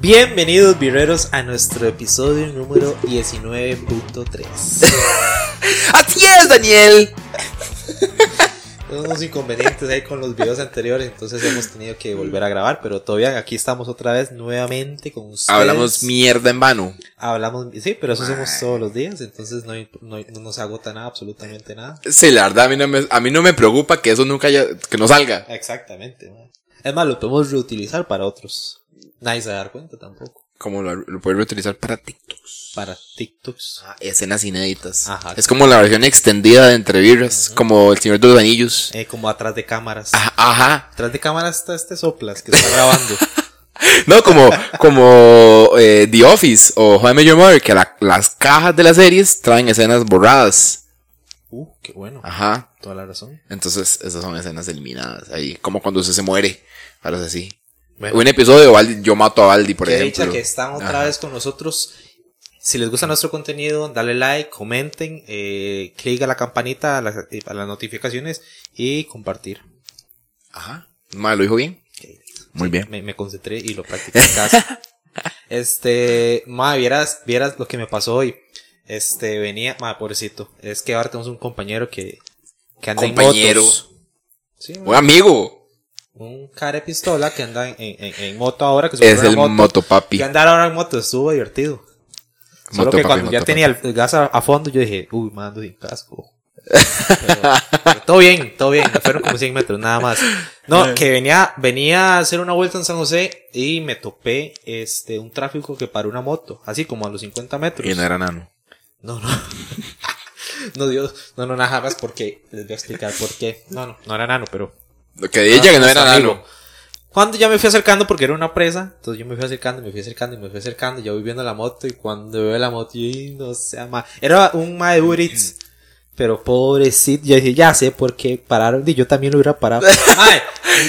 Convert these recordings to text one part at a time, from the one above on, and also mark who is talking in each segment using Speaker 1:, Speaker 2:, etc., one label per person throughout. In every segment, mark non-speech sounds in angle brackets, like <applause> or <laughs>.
Speaker 1: Bienvenidos, birreros, a nuestro episodio número
Speaker 2: <laughs>
Speaker 1: 19.3.
Speaker 2: Así es, Daniel.
Speaker 1: Tenemos unos inconvenientes ahí con los videos anteriores, entonces hemos tenido que volver a grabar, pero todavía aquí estamos otra vez nuevamente con ustedes.
Speaker 2: Hablamos mierda en vano.
Speaker 1: Hablamos, sí, pero eso hacemos todos los días, entonces no, imp- no- no nos agota nada, absolutamente nada.
Speaker 2: Sí, la verdad, a mí no me, a mí no me preocupa que eso nunca haya, que no salga.
Speaker 1: Exactamente. ¿no? Es más, lo podemos reutilizar para otros. Nadie se va a dar cuenta tampoco.
Speaker 2: Como lo, lo puedes reutilizar para TikToks.
Speaker 1: Para TikToks.
Speaker 2: Ah, Escenas inéditas.
Speaker 1: Ajá.
Speaker 2: Es como la versión extendida de Entre Birras, como El Señor de los Anillos.
Speaker 1: Eh, como atrás de cámaras.
Speaker 2: Ajá, ajá.
Speaker 1: Atrás de cámaras está este soplas que está
Speaker 2: <laughs>
Speaker 1: grabando.
Speaker 2: No, como, como eh, The Office o How I Met Your Mother, que la- las cajas de las series traen escenas borradas.
Speaker 1: Uh, qué bueno.
Speaker 2: Ajá.
Speaker 1: Toda la razón.
Speaker 2: Entonces, esas son escenas eliminadas ahí, como cuando usted se muere, ahora es así.
Speaker 1: Bueno.
Speaker 2: Un episodio de Valdi, yo mato a Valdi, por
Speaker 1: Qué
Speaker 2: ejemplo.
Speaker 1: dicha que están otra
Speaker 2: Ajá.
Speaker 1: vez con nosotros. Si les gusta nuestro contenido, dale like, comenten, eh, clic a la campanita, a las, a las notificaciones y compartir.
Speaker 2: Ajá. Ma, lo dijo bien. Muy bien.
Speaker 1: Me, me concentré y lo practiqué en
Speaker 2: <laughs>
Speaker 1: casa. este, ma, vieras, vieras lo que me pasó hoy. Este, venía, ma, pobrecito. Es que ahora tenemos un compañero que, que anda
Speaker 2: Compañero.
Speaker 1: en motos. Sí, ma,
Speaker 2: Un amigo.
Speaker 1: un cara de pistola que anda en, en- en- en moto ahora. Que se
Speaker 2: Es
Speaker 1: compró
Speaker 2: el
Speaker 1: una moto.
Speaker 2: motopapi.
Speaker 1: Que andar ahora en moto estuvo divertido. Solo
Speaker 2: Motopapi,
Speaker 1: que cuando ya
Speaker 2: motopapi.
Speaker 1: tenía el, el gas a, a fondo, yo dije, uy, mando sin
Speaker 2: <laughs>
Speaker 1: casco. Pero- pero todo bien, todo bien. Fueron como 100 metros, nada más. No, que venía, venía a hacer una vuelta en San José y me topé este, un tráfico que paró una moto, así como a los 50 metros.
Speaker 2: Y no era nano.
Speaker 1: No, <laughs> no. No, Dios, no, no, nada más porque les voy a explicar por qué. No, no, no era nano, pero
Speaker 2: Lo que ella que no era
Speaker 1: Ah, nuestro
Speaker 2: nano.
Speaker 1: amigo. Cuando ya me fui acercando porque era una presa, entonces yo me fui acercando, me fui acercando y me fui acercando, yo voy viendo la moto y cuando veo la moto, yo, "Ay, no sé, ma. Era un ma de Uber Eats, pero pobrecito, yo dije, ya sé por qué pararon, y yo también lo hubiera parado.
Speaker 2: <laughs>
Speaker 1: Mae,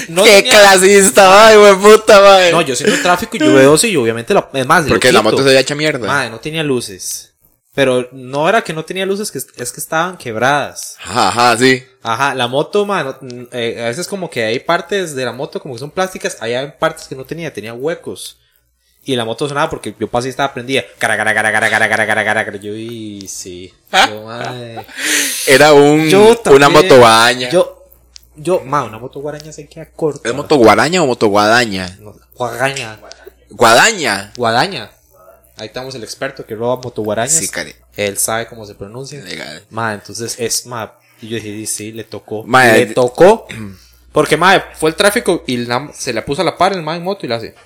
Speaker 1: no,
Speaker 2: Qué
Speaker 1: tenía-
Speaker 2: clasista, ay, wey puta, madre.
Speaker 1: no, yo siento el tráfico y yo veo eso y obviamente la, es más,
Speaker 2: Porque la
Speaker 1: loquito.
Speaker 2: moto se había hecho mierda.
Speaker 1: Mae, no tenía luces. Pero no era que no tenía luces, que es- es que estaban quebradas.
Speaker 2: Ajá, ajá, sí.
Speaker 1: Ajá, la moto, mano, eh, a veces como que hay partes de la moto como que son plásticas, allá hay partes que no tenía, tenía huecos. Y la moto sonaba porque yo pasé y estaba prendida. Cara, cara, cara, cara, cara, cara, cara, cara, cara. Yo, y sí. Yo,
Speaker 2: <laughs>
Speaker 1: mae.
Speaker 2: Era un,
Speaker 1: Yo
Speaker 2: una
Speaker 1: también-
Speaker 2: motobaña.
Speaker 1: Yo, yo, ma, una moto guaraña se queda corta.
Speaker 2: ¿Es motoguaraña o motoguadaña?
Speaker 1: No, guaraña.
Speaker 2: Guadaña.
Speaker 1: Guadaña. Ahí estamos el experto que roba motoguarañas.
Speaker 2: Sí, care.
Speaker 1: Él sabe cómo se pronuncia.
Speaker 2: Legal.
Speaker 1: Ma, entonces es, ma, y yo dije, "Di, sí, le tocó.
Speaker 2: Ma,
Speaker 1: le
Speaker 2: eh,
Speaker 1: tocó. Porque, ma, fue el tráfico y la- se la puso a la par el ma en moto y la hace,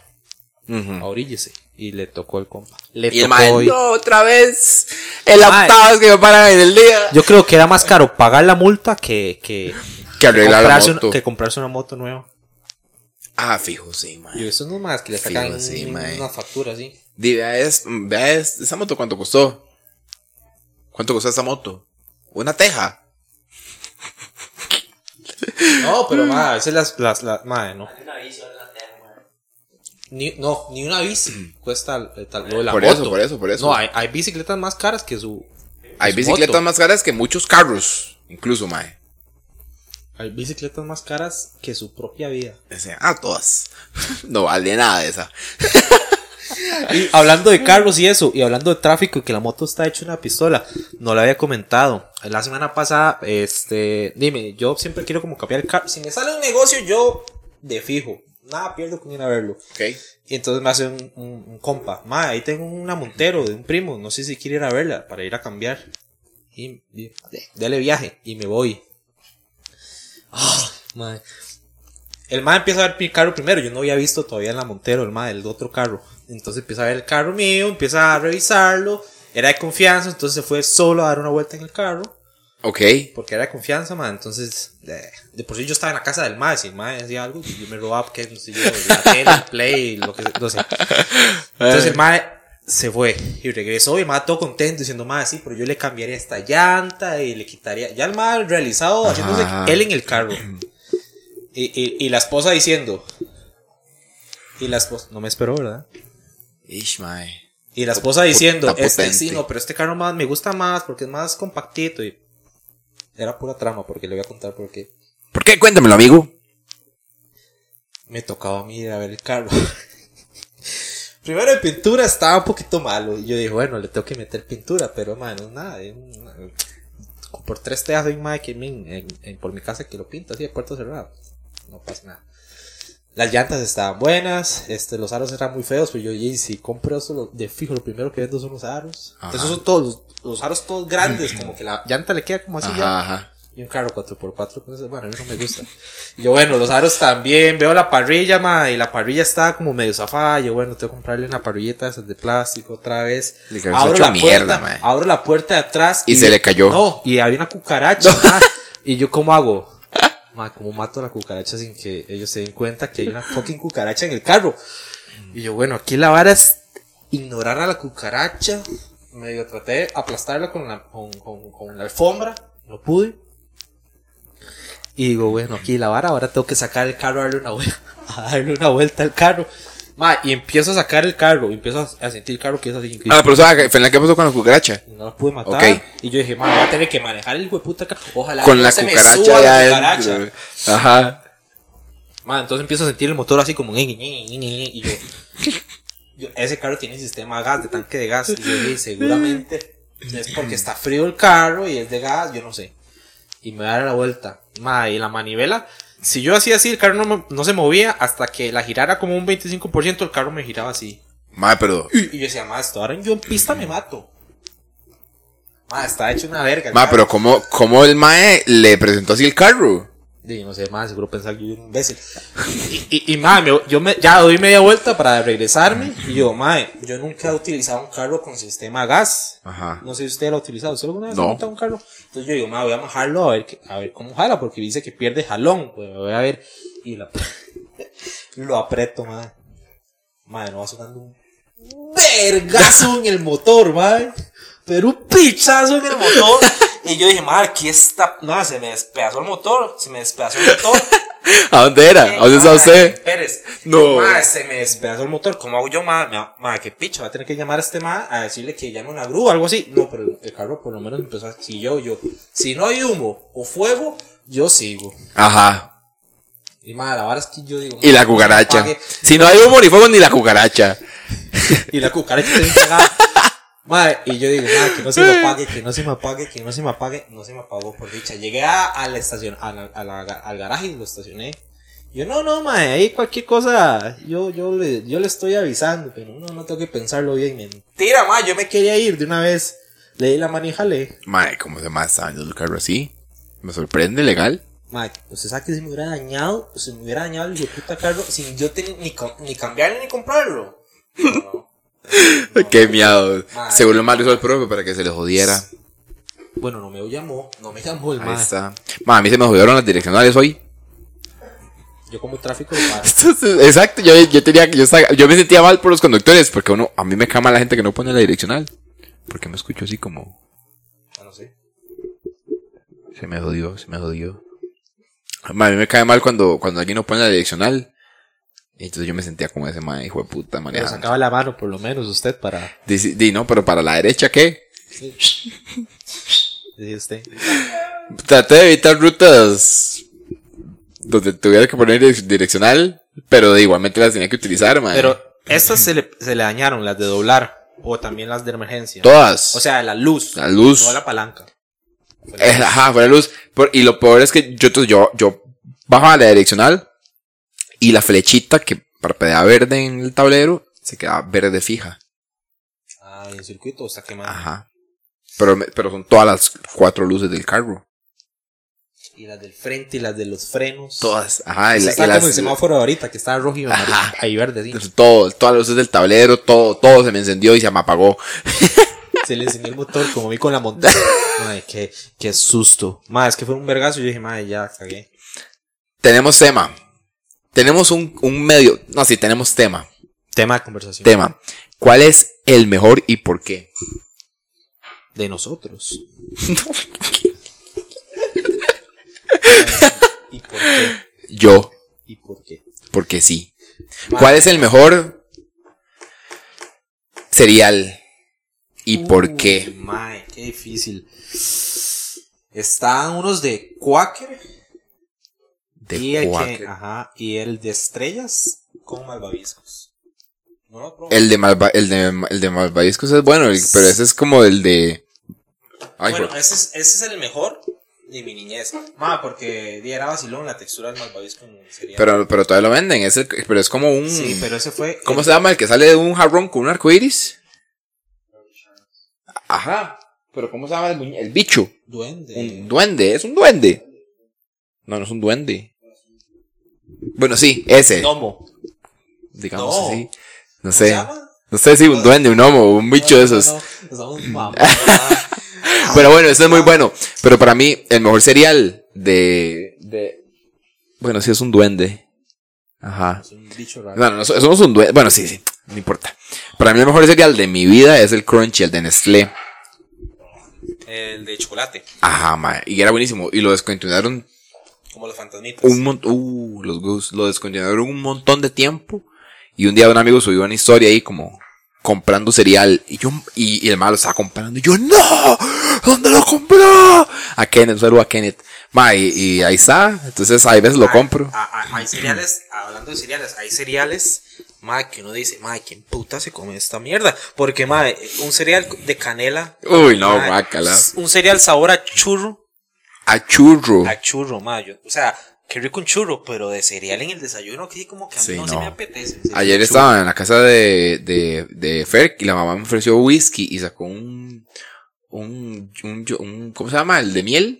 Speaker 2: Ujú.
Speaker 1: ahoríllese. Y le tocó el compa. Le
Speaker 2: Y el
Speaker 1: tocó
Speaker 2: mae,
Speaker 1: hoy.
Speaker 2: no, otra vez. El la
Speaker 1: Mae.
Speaker 2: octava vez que me paran en el día.
Speaker 1: Yo creo que era más caro pagar la multa que, que,
Speaker 2: Que arreglar la
Speaker 1: comprarse
Speaker 2: moto.
Speaker 1: Una, que comprarse una moto nueva.
Speaker 2: Ah, fijo, sí, mae.
Speaker 1: Y eso no más que le
Speaker 2: Fijo,
Speaker 1: sacan
Speaker 2: sí,
Speaker 1: un-
Speaker 2: mae.
Speaker 1: una factura así.
Speaker 2: Di, vea, es, vea es- esa moto cuánto costó. ¿Cuánto costó esa moto? Una teja.
Speaker 1: No, pero ma, a veces las, las, las ma, no. Ni, no, ni una bici cuesta eh, tal, lo de la
Speaker 2: por
Speaker 1: moto.
Speaker 2: eso, por eso, por eso.
Speaker 1: No, hay, hay bicicletas más caras que su.
Speaker 2: Hay
Speaker 1: su
Speaker 2: bicicletas
Speaker 1: moto.
Speaker 2: más caras que muchos carros. Incluso, mae.
Speaker 1: Hay bicicletas más caras que su propia vida.
Speaker 2: O sea, ah, todas. <laughs> no vale nada de esa.
Speaker 1: Y hablando de carros y eso, y hablando de tráfico y que la moto está hecha una pistola, no lo había comentado. La semana pasada, este, dime, yo siempre quiero como cambiar el carro. Si me sale un negocio, yo de fijo. Nada pierdo con ir a verlo.
Speaker 2: Ok.
Speaker 1: Y entonces me hace un, un- un compa. Ma, ahí tengo una Montero de un primo. No sé si quiere ir a verla para ir a cambiar. Y, y- dale viaje. Y me voy. Ah, mae. El ma empieza a ver mi carro primero. Yo no había visto todavía la Montero, el ma del otro carro. Entonces empieza a ver el carro mío, empieza a revisarlo. Era de confianza, entonces se fue solo a dar una vuelta en el carro.
Speaker 2: Ok.
Speaker 1: Porque era de confianza, ma. Entonces, eh, de por sí yo estaba en la casa del ma. Si el ma decía algo, yo me robaba, que no sé yo, la tele, el play, lo que no sé. Entonces el mae se fue y regresó y el mae todo contento diciendo, mae, sí, pero yo le cambiaría esta llanta y le quitaría. Ya el mae realizado, haciéndose
Speaker 2: Ajá.
Speaker 1: él en el carro. Y, y- y la esposa diciendo. Y la esposa, no me esperó, ¿verdad?
Speaker 2: Ish, mae.
Speaker 1: Y la esposa
Speaker 2: Pu-
Speaker 1: diciendo,
Speaker 2: puta
Speaker 1: este
Speaker 2: potente.
Speaker 1: sí, no, pero este carro más me gusta más porque es más compactito y era pura trama porque le voy a contar porque
Speaker 2: ¿Por qué? Cuéntamelo, amigo.
Speaker 1: me tocaba a mí ir a ver el carro. <laughs> Primero de pintura estaba un poquito malo. Y yo dije, bueno, le tengo que meter pintura, pero man, no es nada. es un- eh, por tres teas de un mae que min- en, en- por mi casa que lo pinta así de puerta cerrada. No pasa nada. Las llantas estaban buenas, este, los aros eran muy feos, pero yo dije, si compro eso lo- de fijo, lo primero que vendo son los aros.
Speaker 2: Ajá.
Speaker 1: Esos son todos, los, los aros todos grandes, como que la llanta le queda como así ya.
Speaker 2: Ajá, ajá.
Speaker 1: Y un carro 4x4, pues, bueno, a mí no me gusta. Y yo, bueno, los aros también, veo la parrilla, ma, y la parrilla está como medio zafada. Yo, bueno, tengo que comprarle una parrilleta de esas de plástico otra vez.
Speaker 2: Le quedó
Speaker 1: Abro
Speaker 2: hecho
Speaker 1: la puerta,
Speaker 2: mierda, ma.
Speaker 1: abro la puerta de atrás.
Speaker 2: Y se le cayó.
Speaker 1: No, y había una cucaracha,
Speaker 2: <laughs>
Speaker 1: ma. Y yo, ¿cómo hago? Ma, ¿cómo mato a la cucaracha sin que ellos se den cuenta que hay una fucking cucaracha en el carro? Y yo, bueno, aquí la vara es ignorar a la cucaracha. Medio traté de aplastarla con la, con, con- con la alfombra. No pude. Y digo, bueno, aquí la vara, ahora tengo que sacar el carro a darle una vuelta, <laughs> a darle una vuelta al carro. Ma, y empiezo a sacar el carro, y empiezo a, a sentir el carro que es así.
Speaker 2: Ah, pero ¿sabes qué- ¿qué pasó con la cucaracha?
Speaker 1: y no la pude matar.
Speaker 2: Ok.
Speaker 1: Y yo dije, ma, voy a tener que manejar el hijo de puta carro. Ojalá
Speaker 2: Con
Speaker 1: no
Speaker 2: la
Speaker 1: se me
Speaker 2: cucaracha
Speaker 1: suba la
Speaker 2: ya
Speaker 1: cucaracha.
Speaker 2: adentro. Ajá.
Speaker 1: Ma, entonces empiezo a sentir el motor así como. ñe, ñe, ñe, ñe, ñe, Y yo, yo, Ese carro tiene sistema de gas, de tanque de gas. Y yo dije, seguramente es porque está frío el carro y es de gas, yo no sé. Y me voy a dar la vuelta. Ma, y la manivela. Si yo hacía así, el carro no, me- no se movía hasta que la girara como un 25%, el carro me giraba así.
Speaker 2: Madre, pero.
Speaker 1: Y yo decía, ma, esto ahora yo en pista me mato. Ma, está hecho una verga. el
Speaker 2: Ma,
Speaker 1: carro.
Speaker 2: pero ¿cómo, cómo el Mae le presentó así el carro?
Speaker 1: Y no sé, más seguro pensaba que yo era un imbécil. Y, y, y mae, me- yo me, ya doy media vuelta para regresarme. Y yo, mae, yo nunca he utilizado un carro con sistema gas.
Speaker 2: Ajá.
Speaker 1: No sé si usted lo ha utilizado. ¿Usted alguna vez
Speaker 2: No.
Speaker 1: ha montado un carro? Entonces yo digo, mae, voy a bajarlo a ver, qué- a ver cómo jala, porque dice que pierde jalón. Pues voy a ver. Y la- <laughs> lo aprieto, mae. Mae, no va sonando un vergazo en el motor, mae. Pero un pichazo en el motor. Y yo dije, madre, aquí está. No, se me despedazó el motor. Se me despedazó el motor.
Speaker 2: ¿A dónde <laughs> era? ¿A dónde está
Speaker 1: Madre,
Speaker 2: usted?
Speaker 1: Pérez.
Speaker 2: No.
Speaker 1: Madre, se me despedazó el motor. ¿Cómo hago yo, madre? Me- Madre, qué picha. Va a tener que llamar a este madre a decirle que llame una grúa, algo así. No, pero el carro por lo menos empezó a. Si yo, yo. Si no hay humo o fuego, yo sigo.
Speaker 2: Ajá.
Speaker 1: Y madre, la vara es que yo digo.
Speaker 2: Y la
Speaker 1: madre,
Speaker 2: cucaracha.
Speaker 1: apague.
Speaker 2: Si no hay humo ni fuego ni la cucaracha.
Speaker 1: Y la cucaracha está bien
Speaker 2: <laughs>
Speaker 1: cagada. Madre, y yo digo, madre, que no se me apague, que no se me apague, que no se me apague, no se me apagó por dicha. Llegué a, a la estación, a la- a la- al garaje y lo estacioné. Yo, no, no, madre, ahí cualquier cosa, yo, yo, le, yo le estoy avisando, pero no, no tengo que pensarlo bien. Mentira, madre, yo me quería ir de una vez. Le di la mano y jalé.
Speaker 2: Madre, ¿cómo se llama? ¿Está vendiendo el carro así? Me sorprende, legal.
Speaker 1: Madre, usted sabe pues que si me hubiera dañado, si me hubiera dañado el hijo de puta carro, sin yo tener ni, com- ni cambiarlo ni comprarlo. No.
Speaker 2: <laughs> Qué miedo.
Speaker 1: Madre.
Speaker 2: Seguro el Mario usó el propio para que se le jodiera.
Speaker 1: Bueno, no me llamó, no me llamó el
Speaker 2: Ahí
Speaker 1: madre.
Speaker 2: está. Madre, a mí se me jodieron las direccionales hoy. <laughs>
Speaker 1: Yo como tráfico lo paro.
Speaker 2: Entonces, Exacto, yo, yo tenía que- yo, estaba- yo me sentía mal por los conductores, porque uno, a mí me cama la gente que no pone la direccional. Porque me escucho así como,
Speaker 1: Ah, no sé.
Speaker 2: se me jodió, se me jodió. Ma, A mí me cae mal cuando, cuando alguien no pone la direccional. Y entonces yo me sentía como ese ma, hijo de puta,
Speaker 1: Pero
Speaker 2: manejando.
Speaker 1: sacaba la mano, por lo menos, usted para.
Speaker 2: Dice- Di, no, pero para la derecha, ¿qué?
Speaker 1: Dice usted.
Speaker 2: Traté de evitar rutas donde tuviera que poner direc- direccional, pero igualmente las tenía que utilizar, man.
Speaker 1: Pero estas se le, se le dañaron, las de doblar. O también las de emergencia.
Speaker 2: Todas.
Speaker 1: O sea, la luz.
Speaker 2: La luz.
Speaker 1: No la palanca.
Speaker 2: Eh, Ajá, fue la luz. Por- y lo peor es que yo, entonces, yo, yo bajaba la direccional y la flechita que parpadea verde en el tablero se quedaba verde fija.
Speaker 1: Ah, y el circuito está quemado.
Speaker 2: Ajá. Pero, me- pero son todas las cuatro luces del carro.
Speaker 1: Y las del frente y las de los frenos.
Speaker 2: Todas. Ajá. Y
Speaker 1: Eso
Speaker 2: la- y
Speaker 1: está como el
Speaker 2: las,
Speaker 1: semáforo ahorita, que está rojo y amarillo.
Speaker 2: Ajá.
Speaker 1: Ahí verde, sí.
Speaker 2: todo, todas las luces del tablero, todo, todo se me encendió y se me apagó.
Speaker 1: Se le encendió el motor, como vi con la
Speaker 2: <laughs>
Speaker 1: montaña. Madre, qué, qué susto. Madre, es que fue un vergazo. y Yo dije, madre, ya cagué.
Speaker 2: Tenemos tema. Tenemos un, un medio. No, sí, tenemos tema.
Speaker 1: Tema de conversación.
Speaker 2: Tema. ¿Cuál es el mejor y por qué?
Speaker 1: de
Speaker 2: <laughs>
Speaker 1: nosotros. ¿Y por qué?
Speaker 2: Yo,
Speaker 1: ¿Y por qué?
Speaker 2: porque sí. ¿Cuál es el mejor cereal? ¿Y
Speaker 1: Uh,
Speaker 2: por qué?
Speaker 1: Mae, qué difícil. Están unos de Quaker,
Speaker 2: De
Speaker 1: y, el que-
Speaker 2: Quaker.
Speaker 1: ajá, y el de Estrellas con malvaviscos. No lo probé.
Speaker 2: El de, Malva el de, el de Malvaviscos es bueno, el- pero ese es como el de. Ay,
Speaker 1: bueno,
Speaker 2: joder.
Speaker 1: ese es, ese es el mejor de mi niñez. Ma, porque di, era vacilón la textura del malvavisco. sería-
Speaker 2: pero, pero todavía lo venden, es el- pero es como un.
Speaker 1: sí, pero ese fue.
Speaker 2: ¿Cómo se llama? El que sale de un jarrón con un arco iris. Ajá. Pero ¿cómo se llama el, muñe- el bicho?
Speaker 1: Duende.
Speaker 2: Un duende, es un duende. No, no es un duende. Bueno, sí, ese.
Speaker 1: Gnomo.
Speaker 2: digamos
Speaker 1: no.
Speaker 2: así. No
Speaker 1: ¿Cómo se
Speaker 2: sé.
Speaker 1: llama?
Speaker 2: No sé si un duende, un gnomo, un bicho de
Speaker 1: No, no,
Speaker 2: esos.
Speaker 1: no, estamos mamando.
Speaker 2: Pero bueno, eso es muy bueno. Pero para mí, el mejor cereal de. de... Bueno, sí, es un duende. Ajá.
Speaker 1: Es un bicho raro.
Speaker 2: <laughs> No, no, no, eso no es un duende. Bueno, sí, sí, no importa. Para mí, el mejor cereal de mi vida es el Crunchy, el de Nestlé.
Speaker 1: El de chocolate.
Speaker 2: Ajá, mae. Y era buenísimo. Y lo descontinuaron
Speaker 1: Como los fantasmitas.
Speaker 2: un montón. Uh, los Goose. Lo descontinuaron un montón de tiempo. Y un día un amigo subió una historia ahí como comprando cereal. Y yo, y, y el malo estaba comprando. Y yo, ¡No! ¿Dónde lo compró? A Kenneth, un saludo a Kenneth. Ma, y, y ahí está. Entonces, hay veces lo
Speaker 1: Ah,
Speaker 2: compro.
Speaker 1: ah, ah, hay cereales, hablando de cereales, hay cereales, madre, que uno dice, madre, ¿quién puta se come esta mierda? Porque, madre, un cereal de canela.
Speaker 2: Uy, no,
Speaker 1: mae,
Speaker 2: guácala.
Speaker 1: Un cereal sabor a churro.
Speaker 2: A churro.
Speaker 1: A churro, madre. O sea, qué rico un churro, pero de cereal en el desayuno, que como que a mí
Speaker 2: Sí,
Speaker 1: no, se
Speaker 2: no.
Speaker 1: me apetece.
Speaker 2: Ayer estaba en la casa de, de, de Ferk y la mamá me ofreció whisky y sacó un, un, un, un- ¿cómo se llama? El de miel.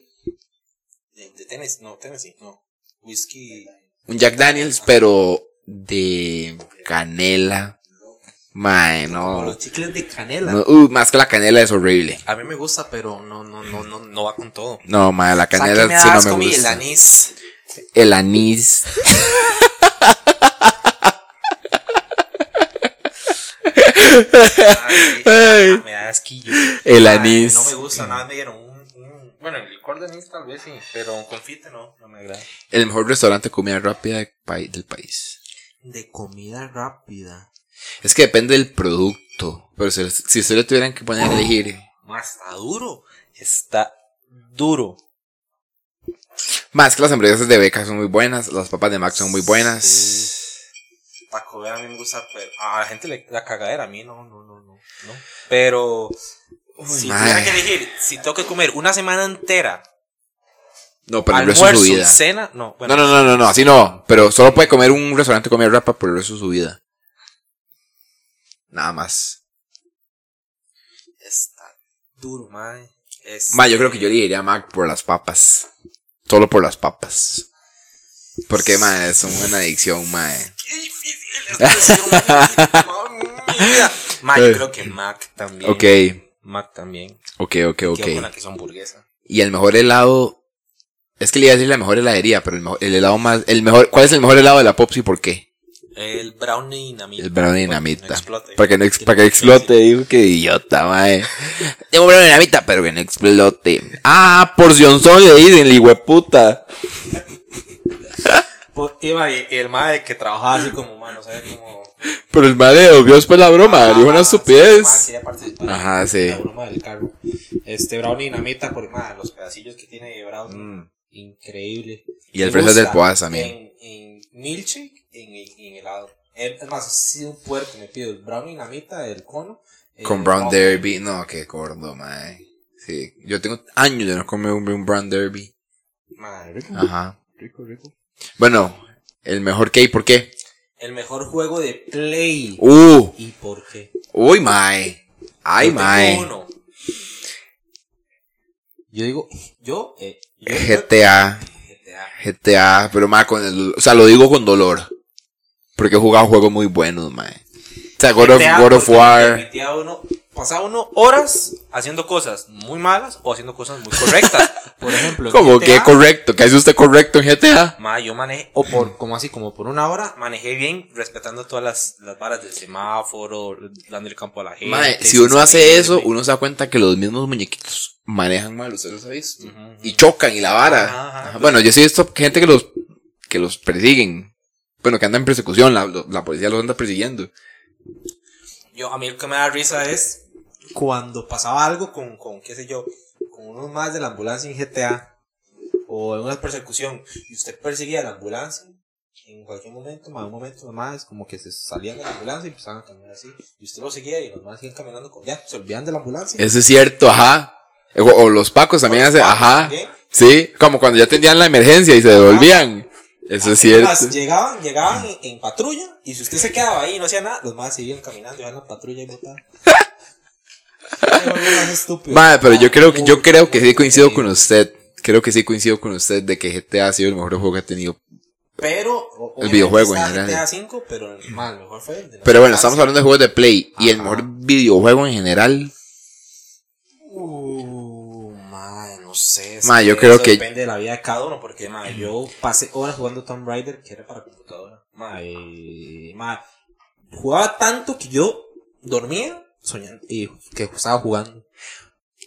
Speaker 1: De, de Tennessee, no, Tennessee, no. Whisky.
Speaker 2: Un Jack Daniels, pero de canela. Mae,
Speaker 1: O
Speaker 2: no.
Speaker 1: los chicles de canela.
Speaker 2: No, uh, más que la canela es horrible.
Speaker 1: A mí me gusta, pero no, no, no, no, no va con todo.
Speaker 2: No, mae, la canela
Speaker 1: O sea, que me da
Speaker 2: sí
Speaker 1: asco
Speaker 2: no me
Speaker 1: mi- el
Speaker 2: gusta. <laughs>
Speaker 1: anís.
Speaker 2: El anís.
Speaker 1: Ay,
Speaker 2: Ay,
Speaker 1: me da asquillo.
Speaker 2: El
Speaker 1: Ay,
Speaker 2: anís.
Speaker 1: No me gusta, nada me dieron un, un- Bueno, el licor de anís tal vez sí, pero un confite no, no me agrada.
Speaker 2: El mejor restaurante de comida rápida del pai- del país.
Speaker 1: De comida rápida.
Speaker 2: Es que depende del producto. Pero si, si ustedes le tuvieran que poner a elegir.
Speaker 1: Más está duro. Está duro.
Speaker 2: Más que las hamburguesas de beca son muy buenas, las papas de Mac son muy buenas.
Speaker 1: Taco Bell a mí me gusta, pero a la gente le la cagadera, a mí no, no, no, no. no. Pero si
Speaker 2: mae.
Speaker 1: tuviera que elegir, si tengo que comer una semana entera,
Speaker 2: No, pero el resto de
Speaker 1: almuerzo,
Speaker 2: su vida.
Speaker 1: cena, no, bueno,
Speaker 2: No, no, no, no, no, así no. Pero solo puede comer un restaurante de comida rapa por el resto de su vida. Nada más.
Speaker 1: está duro, mae. Es-
Speaker 2: Más, yo creo que yo le diría a Mac por las papas. Solo por las papas. Porque, mae, es una adicción, mae.
Speaker 1: Qué difícil es decir una mamá. Ma, yo creo que Mac también.
Speaker 2: Eh. Ok,
Speaker 1: Mac también.
Speaker 2: ok, ok,
Speaker 1: Quedo
Speaker 2: ok.
Speaker 1: con la que es hamburguesa.
Speaker 2: Y el mejor helado. Es que le iba a decir la mejor heladería, pero el, mejor- el helado más. el mejor ¿Cuál es el mejor helado de la Pops y por qué?
Speaker 1: El brownie dinamita.
Speaker 2: El brownie
Speaker 1: Para que no
Speaker 2: dinamita.
Speaker 1: explote.
Speaker 2: Para que no, ex- para que explote, digo que idiota, mae. Tengo un brownie dinamita, pero que no explote. Ah, porción sólida, dicen, el hueputa.
Speaker 1: Po- y, ma, y- y el madre que trabajaba así como humano, ¿sabes? Como.
Speaker 2: Pero el mae le dio después la broma,
Speaker 1: Ah,
Speaker 2: dijo una
Speaker 1: sí, ma,
Speaker 2: estupidez.
Speaker 1: quería participar en
Speaker 2: Ajá, sí.
Speaker 1: La broma del carro. Este brownie dinamita, por ma, los pedacillos que tiene de brownie.
Speaker 2: Mm.
Speaker 1: Increíble.
Speaker 2: Y
Speaker 1: Mm.
Speaker 2: el
Speaker 1: Me
Speaker 2: fresas
Speaker 1: gusta
Speaker 2: del Poás también.
Speaker 1: En, en milkshake, en, en, en helado. El- Es más, si un puerco me pido el brownie dinamita, el cono. eh,
Speaker 2: Con brown
Speaker 1: no,
Speaker 2: derby. No, qué gordo, mae. Sí, yo tengo años de no comer un, un brown derby.
Speaker 1: madre, rico,
Speaker 2: Ajá.
Speaker 1: rico, rico.
Speaker 2: Bueno, el mejor que hay, ¿por qué?
Speaker 1: El mejor juego de Play.
Speaker 2: Uh,
Speaker 1: ¿Y por qué?
Speaker 2: uy, mae. Ay,
Speaker 1: Yo tengo
Speaker 2: mae.
Speaker 1: uno. Yo digo, yo, eh, yo
Speaker 2: GTA.
Speaker 1: GTA.
Speaker 2: GTA, pero más con el, o sea, lo digo con dolor. Porque he jugado juegos muy buenos, mae. O sea, God of,
Speaker 1: GTA,
Speaker 2: God of
Speaker 1: porque me
Speaker 2: War.
Speaker 1: permitía a uno- pasaba uno horas haciendo cosas muy malas o haciendo cosas muy correctas. Por ejemplo, en
Speaker 2: <laughs> Como
Speaker 1: GTA,
Speaker 2: que correcto, que hace usted correcto en GTA.
Speaker 1: ma, yo manejé, o por, como así, como por una hora, manejé bien, respetando todas las, las varas del semáforo, dando el campo a la gente.
Speaker 2: Mae, si
Speaker 1: sin
Speaker 2: uno hace
Speaker 1: salirme.
Speaker 2: Eh, eso, uno se da cuenta que los mismos muñequitos manejan mal, usted los ha visto.
Speaker 1: Ujú, ujú.
Speaker 2: Y chocan y la vara.
Speaker 1: Ajá, ajá.
Speaker 2: Ajá, Bueno, yo sí he visto gente que los, que los persiguen. Bueno, que andan en persecución, la, lo- la policía los anda persiguiendo.
Speaker 1: Yo, a mí lo que me da risa es cuando pasaba algo con, con qué sé yo, con unos más de la ambulancia en GTA o en una persecución y usted perseguía a la ambulancia en cualquier momento, más un momento los más como que se salían de la ambulancia y empezaban a caminar así. Y usted lo seguía y los más siguen caminando con ya, se olvidan de la ambulancia. Ah,
Speaker 2: Eso es cierto, ajá. O, o los pacos también hacen, ajá.
Speaker 1: También.
Speaker 2: Sí, como cuando ya tenían la emergencia y se devolvían. Eso es
Speaker 1: Además,
Speaker 2: cierto.
Speaker 1: llegaban, llegaban en, en patrulla y si usted se quedaba ahí y no hacía nada, los más seguían caminando, iban a la patrulla y
Speaker 2: <laughs>
Speaker 1: botaban. Era lo más estúpido. Ah,
Speaker 2: Madre, pero yo creo que, yo
Speaker 1: Muy-
Speaker 2: creo que sí coincido con
Speaker 1: Eh,
Speaker 2: usted. Creo que sí coincido con usted de que GTA ha sido el mejor juego que ha tenido.
Speaker 1: Pero, o- obviamente
Speaker 2: videojuego en
Speaker 1: está
Speaker 2: general.
Speaker 1: GTA V, pero el mal, mejor fue el de la
Speaker 2: Pero bueno, estamos
Speaker 1: ambulancia.
Speaker 2: hablando de juegos de Play y el
Speaker 1: Ajá.
Speaker 2: mejor videojuego en general.
Speaker 1: Uh, madre, no sé. es
Speaker 2: Madre, yo creo
Speaker 1: eso
Speaker 2: que-
Speaker 1: Depende de la vida de cada uno, porque madre, yo pasé horas jugando Tomb Raider que era para computadora. Madre, madre, jugaba tanto que yo dormía soñando y que estaba jugando.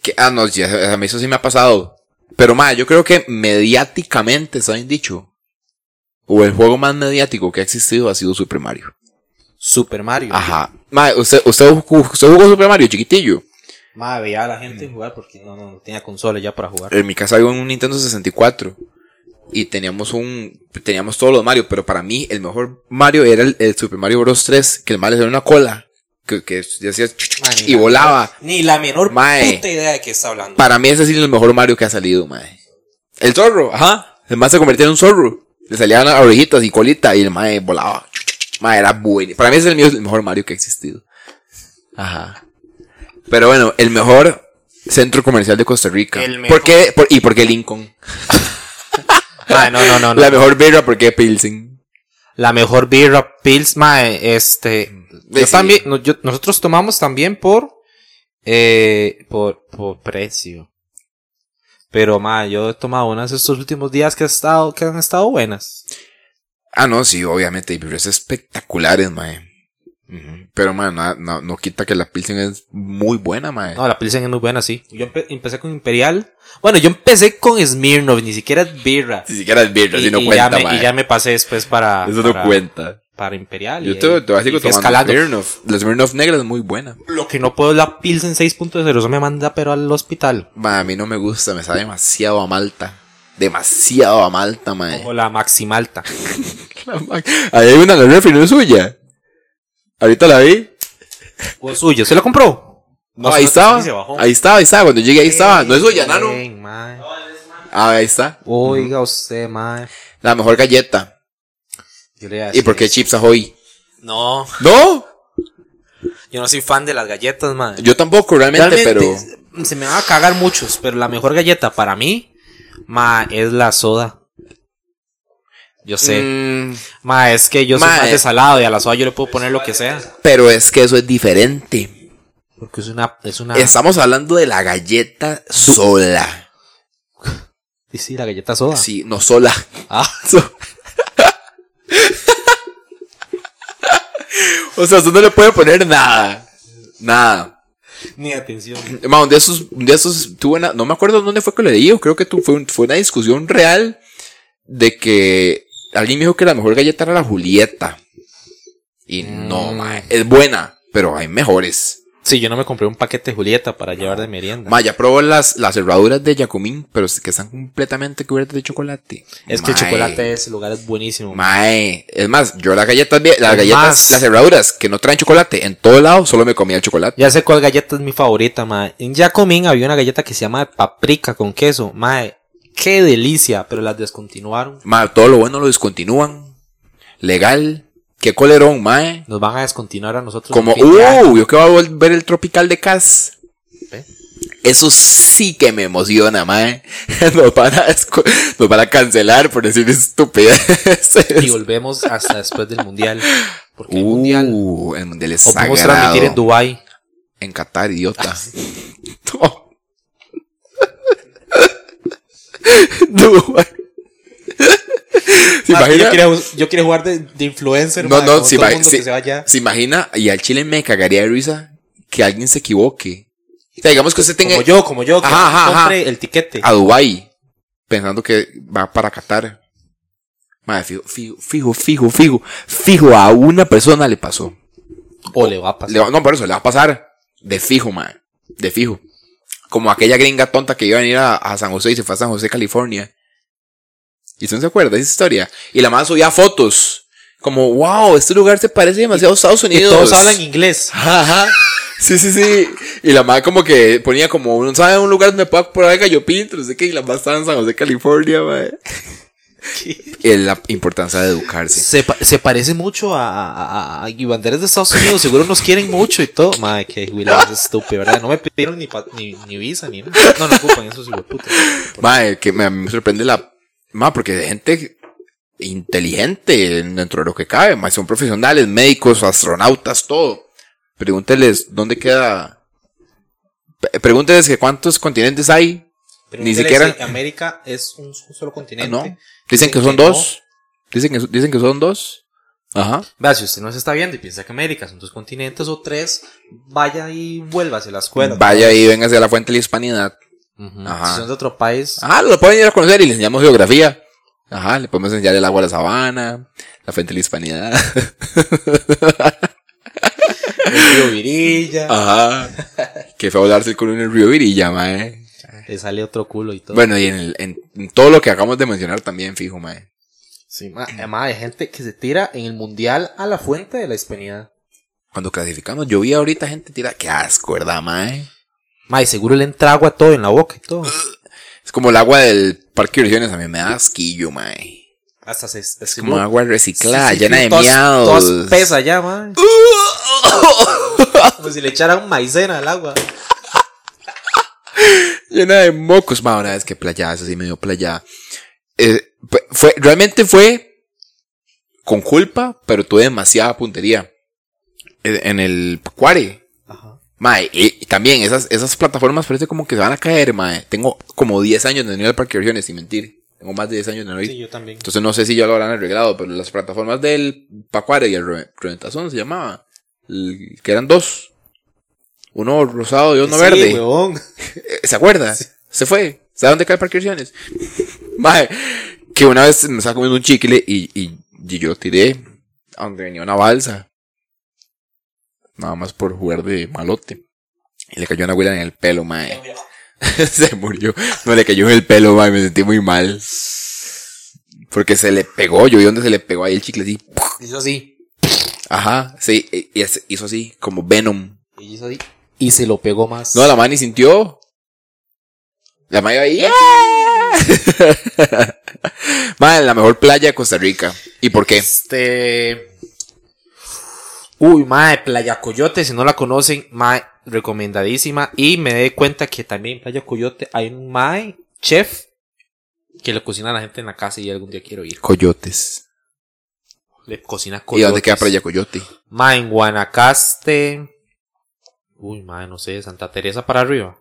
Speaker 2: Que, ah, no, ya, a mí eso sí me ha pasado. Pero madre, yo creo que mediáticamente, ¿saben dicho? O el juego más mediático que ha existido ha sido Super Mario.
Speaker 1: Super Mario.
Speaker 2: Ajá. Mae, usted, usted, jugó- usted jugó Super Mario, chiquitillo.
Speaker 1: Madre, veía a la gente jugar porque no, no, no tenía consola ya para jugar.
Speaker 2: En mi casa había un Nintendo 64. Y teníamos un. Teníamos todos los Mario. Pero para mí, el mejor Mario era el, el Super Mario Bros. 3. Que el Mario era una cola. Que, que hacía. chu, chu, chu,
Speaker 1: Mae, ni
Speaker 2: y
Speaker 1: la-
Speaker 2: volaba.
Speaker 1: Ni la menor
Speaker 2: Mae.
Speaker 1: puta idea de qué está hablando.
Speaker 2: Para mí, ese sí es el mejor Mario que ha salido, mae. El zorro, ajá. El más se convertía en un zorro. Le salían las orejitas y colita. Y el mae volaba. Chu, chu, chu. Mae, era bueno. Para mí, ese es el, mío, el mejor Mario que ha existido. Ajá. Pero bueno, el mejor centro comercial de Costa Rica.
Speaker 1: El mejor.
Speaker 2: ¿Por qué? Por- ¿Y por qué Lincoln?
Speaker 1: Mae, no, no, no, Ah, no.
Speaker 2: La mejor birra porque Pilsen.
Speaker 1: La mejor birra Pils, mae, este. Yo
Speaker 2: sí.
Speaker 1: también, no, yo- nosotros tomamos también por, eh, por, por precio. Pero, mae, yo he tomado unas estos últimos días que, ha estado, que han estado buenas.
Speaker 2: Ah, no, sí, obviamente. Hay birras espectaculares, mae. Ujú. Pero, mae, na- no, no quita que la Pilsen es muy buena, mae.
Speaker 1: No, la Pilsen es muy buena, sí. Yo empe- empecé con Imperial. Bueno, yo empecé con Smirnoff, ni siquiera es birra.
Speaker 2: Ni siquiera es birra, si no cuenta,
Speaker 1: ya me,
Speaker 2: mae.
Speaker 1: y ya me pasé después para,
Speaker 2: Eso
Speaker 1: para,
Speaker 2: no cuenta.
Speaker 1: para Imperial.
Speaker 2: Yo
Speaker 1: y-
Speaker 2: te, te voy a
Speaker 1: y
Speaker 2: seguir
Speaker 1: fui
Speaker 2: tomando
Speaker 1: escalando.
Speaker 2: Smirnoff. La Smirnoff negra es muy buena.
Speaker 1: Lo que no puedo es la Pilsen 6.0, eso me manda pero al hospital.
Speaker 2: Ma, a mí no me gusta, me sabe demasiado a Malta. Demasiado a Malta, mae. <laughs>
Speaker 1: O la Maximalta.
Speaker 2: Ahí hay una en el refri, no es suya. Ahorita la vi.
Speaker 1: O es suyo, ¿se lo compró?
Speaker 2: No, ahí
Speaker 1: se-
Speaker 2: estaba.
Speaker 1: sí se bajó. Eh.
Speaker 2: Ahí estaba, ahí estaba. Cuando llegué, ahí estaba. No es suya,
Speaker 1: Bien,
Speaker 2: nano.
Speaker 1: mae.
Speaker 2: Ah, ahí está.
Speaker 1: Oiga usted, mae.
Speaker 2: La mejor galleta.
Speaker 1: Yo le iba a
Speaker 2: ¿Y
Speaker 1: decir-
Speaker 2: por qué Chips Ahoy?
Speaker 1: No,
Speaker 2: No,
Speaker 1: yo no soy fan de las galletas, mae.
Speaker 2: yo tampoco realmente, pero
Speaker 1: pero... Se me van a cagar muchos, pero la mejor galleta para mí, mae, es la soda. Yo sé.
Speaker 2: Mm,
Speaker 1: Mae, es que yo soy
Speaker 2: Mae.
Speaker 1: más de salado y a la soda yo le puedo poner lo que sea.
Speaker 2: pero es que eso es diferente.
Speaker 1: Porque es una... Es una...
Speaker 2: Estamos hablando de la galleta sola.
Speaker 1: Sí, sí, la galleta soda.
Speaker 2: Sí, no sola. <laughs>
Speaker 1: Ah,
Speaker 2: So- <laughs> o sea, usted no le puede poner nada. Nada.
Speaker 1: ni atención.
Speaker 2: Ma, un día esos, un día esos tuve una, no me acuerdo dónde fue que lo leí, o creo que tu, fue, un- fue una discusión real de que alguien me dijo que la mejor galleta era la Julieta. Y no,
Speaker 1: Mm.
Speaker 2: ma, es buena, pero hay mejores.
Speaker 1: Sí, yo no me compré un paquete de Julieta para llevar de merienda.
Speaker 2: Ma, ya probó las, las cerraduras de Jacomín, pero es que están completamente cubiertas de chocolate.
Speaker 1: es que el
Speaker 2: Ma, eh.
Speaker 1: chocolate de ese lugar es buenísimo.
Speaker 2: Mae, es más, yo las galletas, vie- las
Speaker 1: Es
Speaker 2: galletas,
Speaker 1: más.
Speaker 2: las cerraduras que no traen chocolate, en todo lado solo me comía el chocolate.
Speaker 1: Ya sé cuál galleta es mi favorita, mae. En Jacomín había una galleta que se llama paprika con queso, mae. Qué delicia, pero las descontinuaron.
Speaker 2: Mae, todo lo bueno lo descontinúan. Legal. Qué colerón, mae.
Speaker 1: Nos van a descontinuar a nosotros.
Speaker 2: Como,
Speaker 1: en fin de año.
Speaker 2: uh, yo que voy a ver el tropical de Cas.
Speaker 1: ¿Eh?
Speaker 2: Eso sí que me emociona, mae. <laughs> Nos van a, esco- nos van a cancelar por decir
Speaker 1: Y
Speaker 2: estupideces.
Speaker 1: volvemos hasta después del mundial. Porque <laughs> el mundial.
Speaker 2: <laughs> Uh, el mundial es
Speaker 1: O podemos
Speaker 2: sagrado.
Speaker 1: transmitir en Ah, Dubai.
Speaker 2: En Qatar, idiota. <laughs> No.
Speaker 1: <laughs>
Speaker 2: Dubái. ¿Se imagina?
Speaker 1: Ah, yo quiero jugar de, influencer.
Speaker 2: No, no, se, ima- se- se imagina, y al Chile me cagaría de risa que alguien se equivoque. O sea, digamos que usted tenga
Speaker 1: Como yo, como yo, que
Speaker 2: Ajá, ajá,
Speaker 1: compre
Speaker 2: ajá. Ah,
Speaker 1: el tiquete.
Speaker 2: a Dubai pensando que va para Qatar. Madre, fijo, fijo, fijo, fijo, fijo, fijo, a una persona le pasó.
Speaker 1: O le va a pasar.
Speaker 2: Le va- no, por eso le va a pasar de fijo, madre. De fijo. Como aquella gringa tonta que iba a venir a, a San José y se fue a San José, California. Y usted no se acuerda de esa historia. Y la madre subía fotos. Como, wow, este lugar se parece demasiado a Estados
Speaker 1: Que
Speaker 2: Unidos.
Speaker 1: todos hablan inglés.
Speaker 2: Ajá. Sí, sí, sí. Y la madre como que ponía como, no sabe un lugar donde pueda comprar gallo pinto, no sé qué, y la madre estaba en San José, California, madre. Y la importancia de educarse.
Speaker 1: Se, pa- se parece mucho a, a, a- a- y banderas de Estados Unidos, seguro nos quieren mucho y todo. Madre, que jubilados estúpido, ¿verdad? No me pidieron ni, pa- ni, ni visa ni nada. No, no ocupan esos puta
Speaker 2: Madre, que me, me sorprende la, madre, porque de gente inteligente dentro de lo que cabe, madre, son profesionales, médicos, astronautas, todo. Pregúnteles dónde queda, P- pregúnteles que cuántos continentes hay. Ni siquiera-
Speaker 1: América es un solo continente.
Speaker 2: No, dicen que son
Speaker 1: no.
Speaker 2: dos. Dicen que, dicen que son dos. Ajá.
Speaker 1: Vea, si usted no se está viendo y piensa que América son dos continentes o tres, vaya y vuélvase a la escuela.
Speaker 2: Vaya y véngase a la fuente de la hispanidad.
Speaker 1: Ujú.
Speaker 2: Ajá. Ah,
Speaker 1: Si son de otro país,
Speaker 2: Ajá, lo pueden ir a conocer y le enseñamos geografía. Ajá, le podemos enseñar el agua a la sabana, la fuente de
Speaker 1: <laughs>
Speaker 2: la hispanidad.
Speaker 1: el río Virilla,
Speaker 2: Ah. Ajá. Qué feo darse el culo en el río Virilla, mae.
Speaker 1: le sale otro culo y todo.
Speaker 2: Bueno, y en, el- en- en todo lo que acabamos de mencionar también, fijo, mae.
Speaker 1: Sí, ma- además hay gente que se tira en el mundial a la fuente de la hispanidad.
Speaker 2: Cuando clasificamos, yo vi ahorita gente tira, qué asco, ¿verdad, mae?
Speaker 1: Ma, y seguro le entra agua todo en la boca y todo.
Speaker 2: Es como el agua del parque de diversiones, a mí me da asquillo, mae.
Speaker 1: Hasta se. se-
Speaker 2: Es como
Speaker 1: se-
Speaker 2: agua reciclada,
Speaker 1: sí, sí,
Speaker 2: llena de
Speaker 1: todas-
Speaker 2: miados.
Speaker 1: todas pesa ya,
Speaker 2: <laughs>
Speaker 1: ma. Como si le echaran maicena al agua.
Speaker 2: llena de mocos. Ma, una vez que playada, eso sí me dio playada. Eh, fue- fue, realmente fue con culpa, pero tuve demasiada puntería. Eh, En el cuare.
Speaker 1: Ajá.
Speaker 2: Mae, y también esas, esas plataformas parece como que se van a caer, mae. Tengo como 10 años de no ir al parque de diversiones, sin mentir. Tengo más de 10 años de no ir.
Speaker 1: Sí, yo también.
Speaker 2: Entonces no sé si ya lo habrán arreglado, pero las plataformas del Pacuare y el Re- Reventazón se llamaba. el- que eran dos. Uno rosado y uno
Speaker 1: Sí,
Speaker 2: verde.
Speaker 1: huevón.
Speaker 2: Eh, ¿Se acuerda? Se fue. ¿Sabe dónde cae el parque de diversiones? Mae, que una vez me estaba comiendo un chicle y, y, y yo tiré a donde venía una balsa. Nada más por jugar de malote. Y le cayó una abuela en el pelo, mae. <laughs> se murió. No le cayó en el pelo, mae. Me sentí muy mal. Porque se le pegó. Yo vi dónde se le pegó ahí el chicle así.
Speaker 1: Hizo así.
Speaker 2: Ajá. Sí, y- y hace- hizo así, como Venom.
Speaker 1: Y hizo así. Y se lo pegó más.
Speaker 2: No, la madre ni sintió. La madre iba ahí. ¡yeah! <laughs> Madre, la mejor playa de Costa Rica. ¿Y por qué?
Speaker 1: Este. Uy, mae, Playa Coyote, si no la conocen, mae, recomendadísima. Y me di cuenta que también en Playa Coyote hay un mae, chef, que le cocina a la gente en la casa y algún día quiero ir.
Speaker 2: Coyotes.
Speaker 1: Le cocina
Speaker 2: ¿Y
Speaker 1: coyotes.
Speaker 2: dónde queda Playa Coyote?
Speaker 1: Mae, en Guanacaste. Uy, mae, no sé, Santa Teresa para arriba.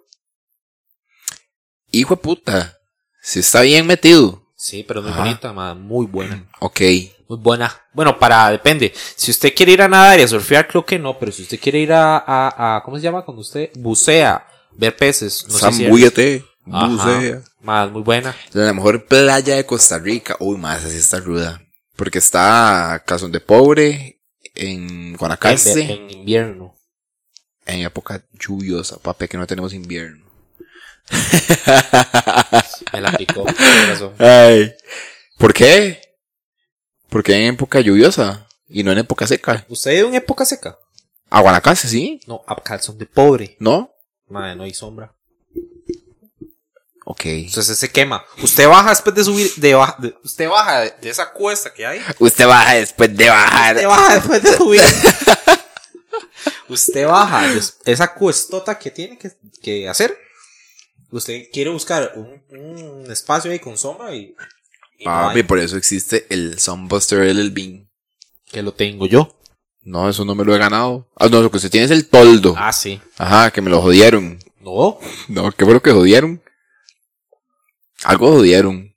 Speaker 2: Hijo de puta. Se está bien metido.
Speaker 1: Sí, pero muy
Speaker 2: Ajá.
Speaker 1: bonita, mae, muy buena.
Speaker 2: Ok.
Speaker 1: Muy buena. Bueno, para, depende. Si usted quiere ir a nadar y a surfear, creo que no, pero si usted quiere ir a, a, a- ¿cómo se llama? Cuando usted bucea, ver peces, no sé si es-
Speaker 2: Zambúllate.
Speaker 1: Ajá.
Speaker 2: bucea.
Speaker 1: Más, muy buena.
Speaker 2: La mejor playa de Costa Rica. Uy, más así está ruda. Porque está Casón de Pobre, en Guanacaste.
Speaker 1: En, en invierno.
Speaker 2: en época lluviosa, papi, que no tenemos invierno.
Speaker 1: Me la picó. <laughs> tiene razón.
Speaker 2: Ay. ¿Por qué? Porque en época lluviosa y no en época seca.
Speaker 1: ¿Usted es de una época seca?
Speaker 2: A Guanacaste, sí,
Speaker 1: No, a calzón de pobre.
Speaker 2: ¿no?
Speaker 1: Madre, no hay sombra.
Speaker 2: Ok.
Speaker 1: Entonces se quema. Usted baja después de subir, de baja, de- usted baja de, de esa cuesta que hay.
Speaker 2: Usted baja después
Speaker 1: <laughs>
Speaker 2: de bajar.
Speaker 1: Usted baja después de subir. <laughs> usted baja des- esa cuestota que tiene que, que hacer. Usted quiere buscar un, un espacio ahí con sombra y... y no
Speaker 2: Papi,
Speaker 1: hay.
Speaker 2: por eso existe el Sunbuster El Bean.
Speaker 1: que lo tengo yo.
Speaker 2: No, eso no me lo he ganado. Ah, no, lo que usted tiene es el toldo.
Speaker 1: Ah, sí.
Speaker 2: Ajá, que me lo jodieron.
Speaker 1: No.
Speaker 2: No, ¿qué fue lo que jodieron? Algo jodieron.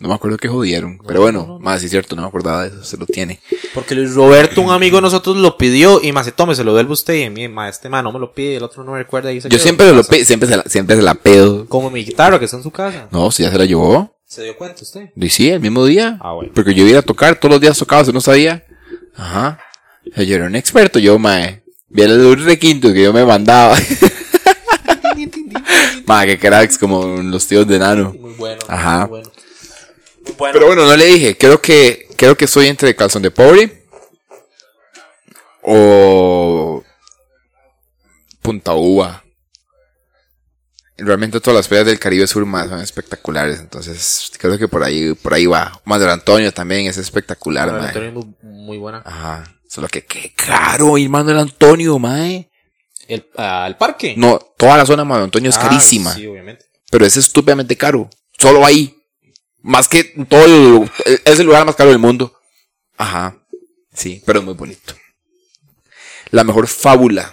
Speaker 2: No me acuerdo qué jodieron. pero bueno, más sí es cierto, no me acordaba de eso, se lo tiene.
Speaker 1: Porque Luis Roberto, un amigo de nosotros, lo pidió y más se tome, se lo devuelve usted y mi ma, este man no me lo pide, el otro no me recuerda y dice
Speaker 2: Yo siempre lo pe- siempre se la, siempre se la pedo.
Speaker 1: Como mi guitarra que está en su casa.
Speaker 2: No, si ya se la llevó.
Speaker 1: ¿Se dio cuenta usted?
Speaker 2: Y sí, el mismo día.
Speaker 1: Ah, bueno.
Speaker 2: Porque yo iba a tocar, todos los días tocaba, se no sabía. Ajá. O sea, yo era un experto, yo, mae. Viera el requinto que yo me mandaba. <laughs> mae, que cracks, como los tíos de nano.
Speaker 1: Muy bueno.
Speaker 2: Ajá.
Speaker 1: Muy bueno.
Speaker 3: Bueno,
Speaker 2: Pero bueno, no le dije. Creo que, creo que soy entre calzón de pobre o punta uva. Realmente todas las playas del Caribe Sur más son espectaculares, entonces creo que por ahí, por ahí va. Madre Antonio también es espectacular,
Speaker 1: Madre
Speaker 2: mae.
Speaker 1: Antonio es muy, muy buena.
Speaker 2: Ajá. Solo que qué caro ir Manuel Antonio, mae.
Speaker 1: El, ¿Al parque?
Speaker 2: No, toda la zona de Manuel Antonio es
Speaker 1: Ah,
Speaker 2: carísima.
Speaker 1: Sí, obviamente.
Speaker 2: Pero es estúpidamente caro. Solo ahí. Más que todo el, e, es el lugar más caro del mundo. Ajá. Sí, pero es muy bonito. La mejor fábula.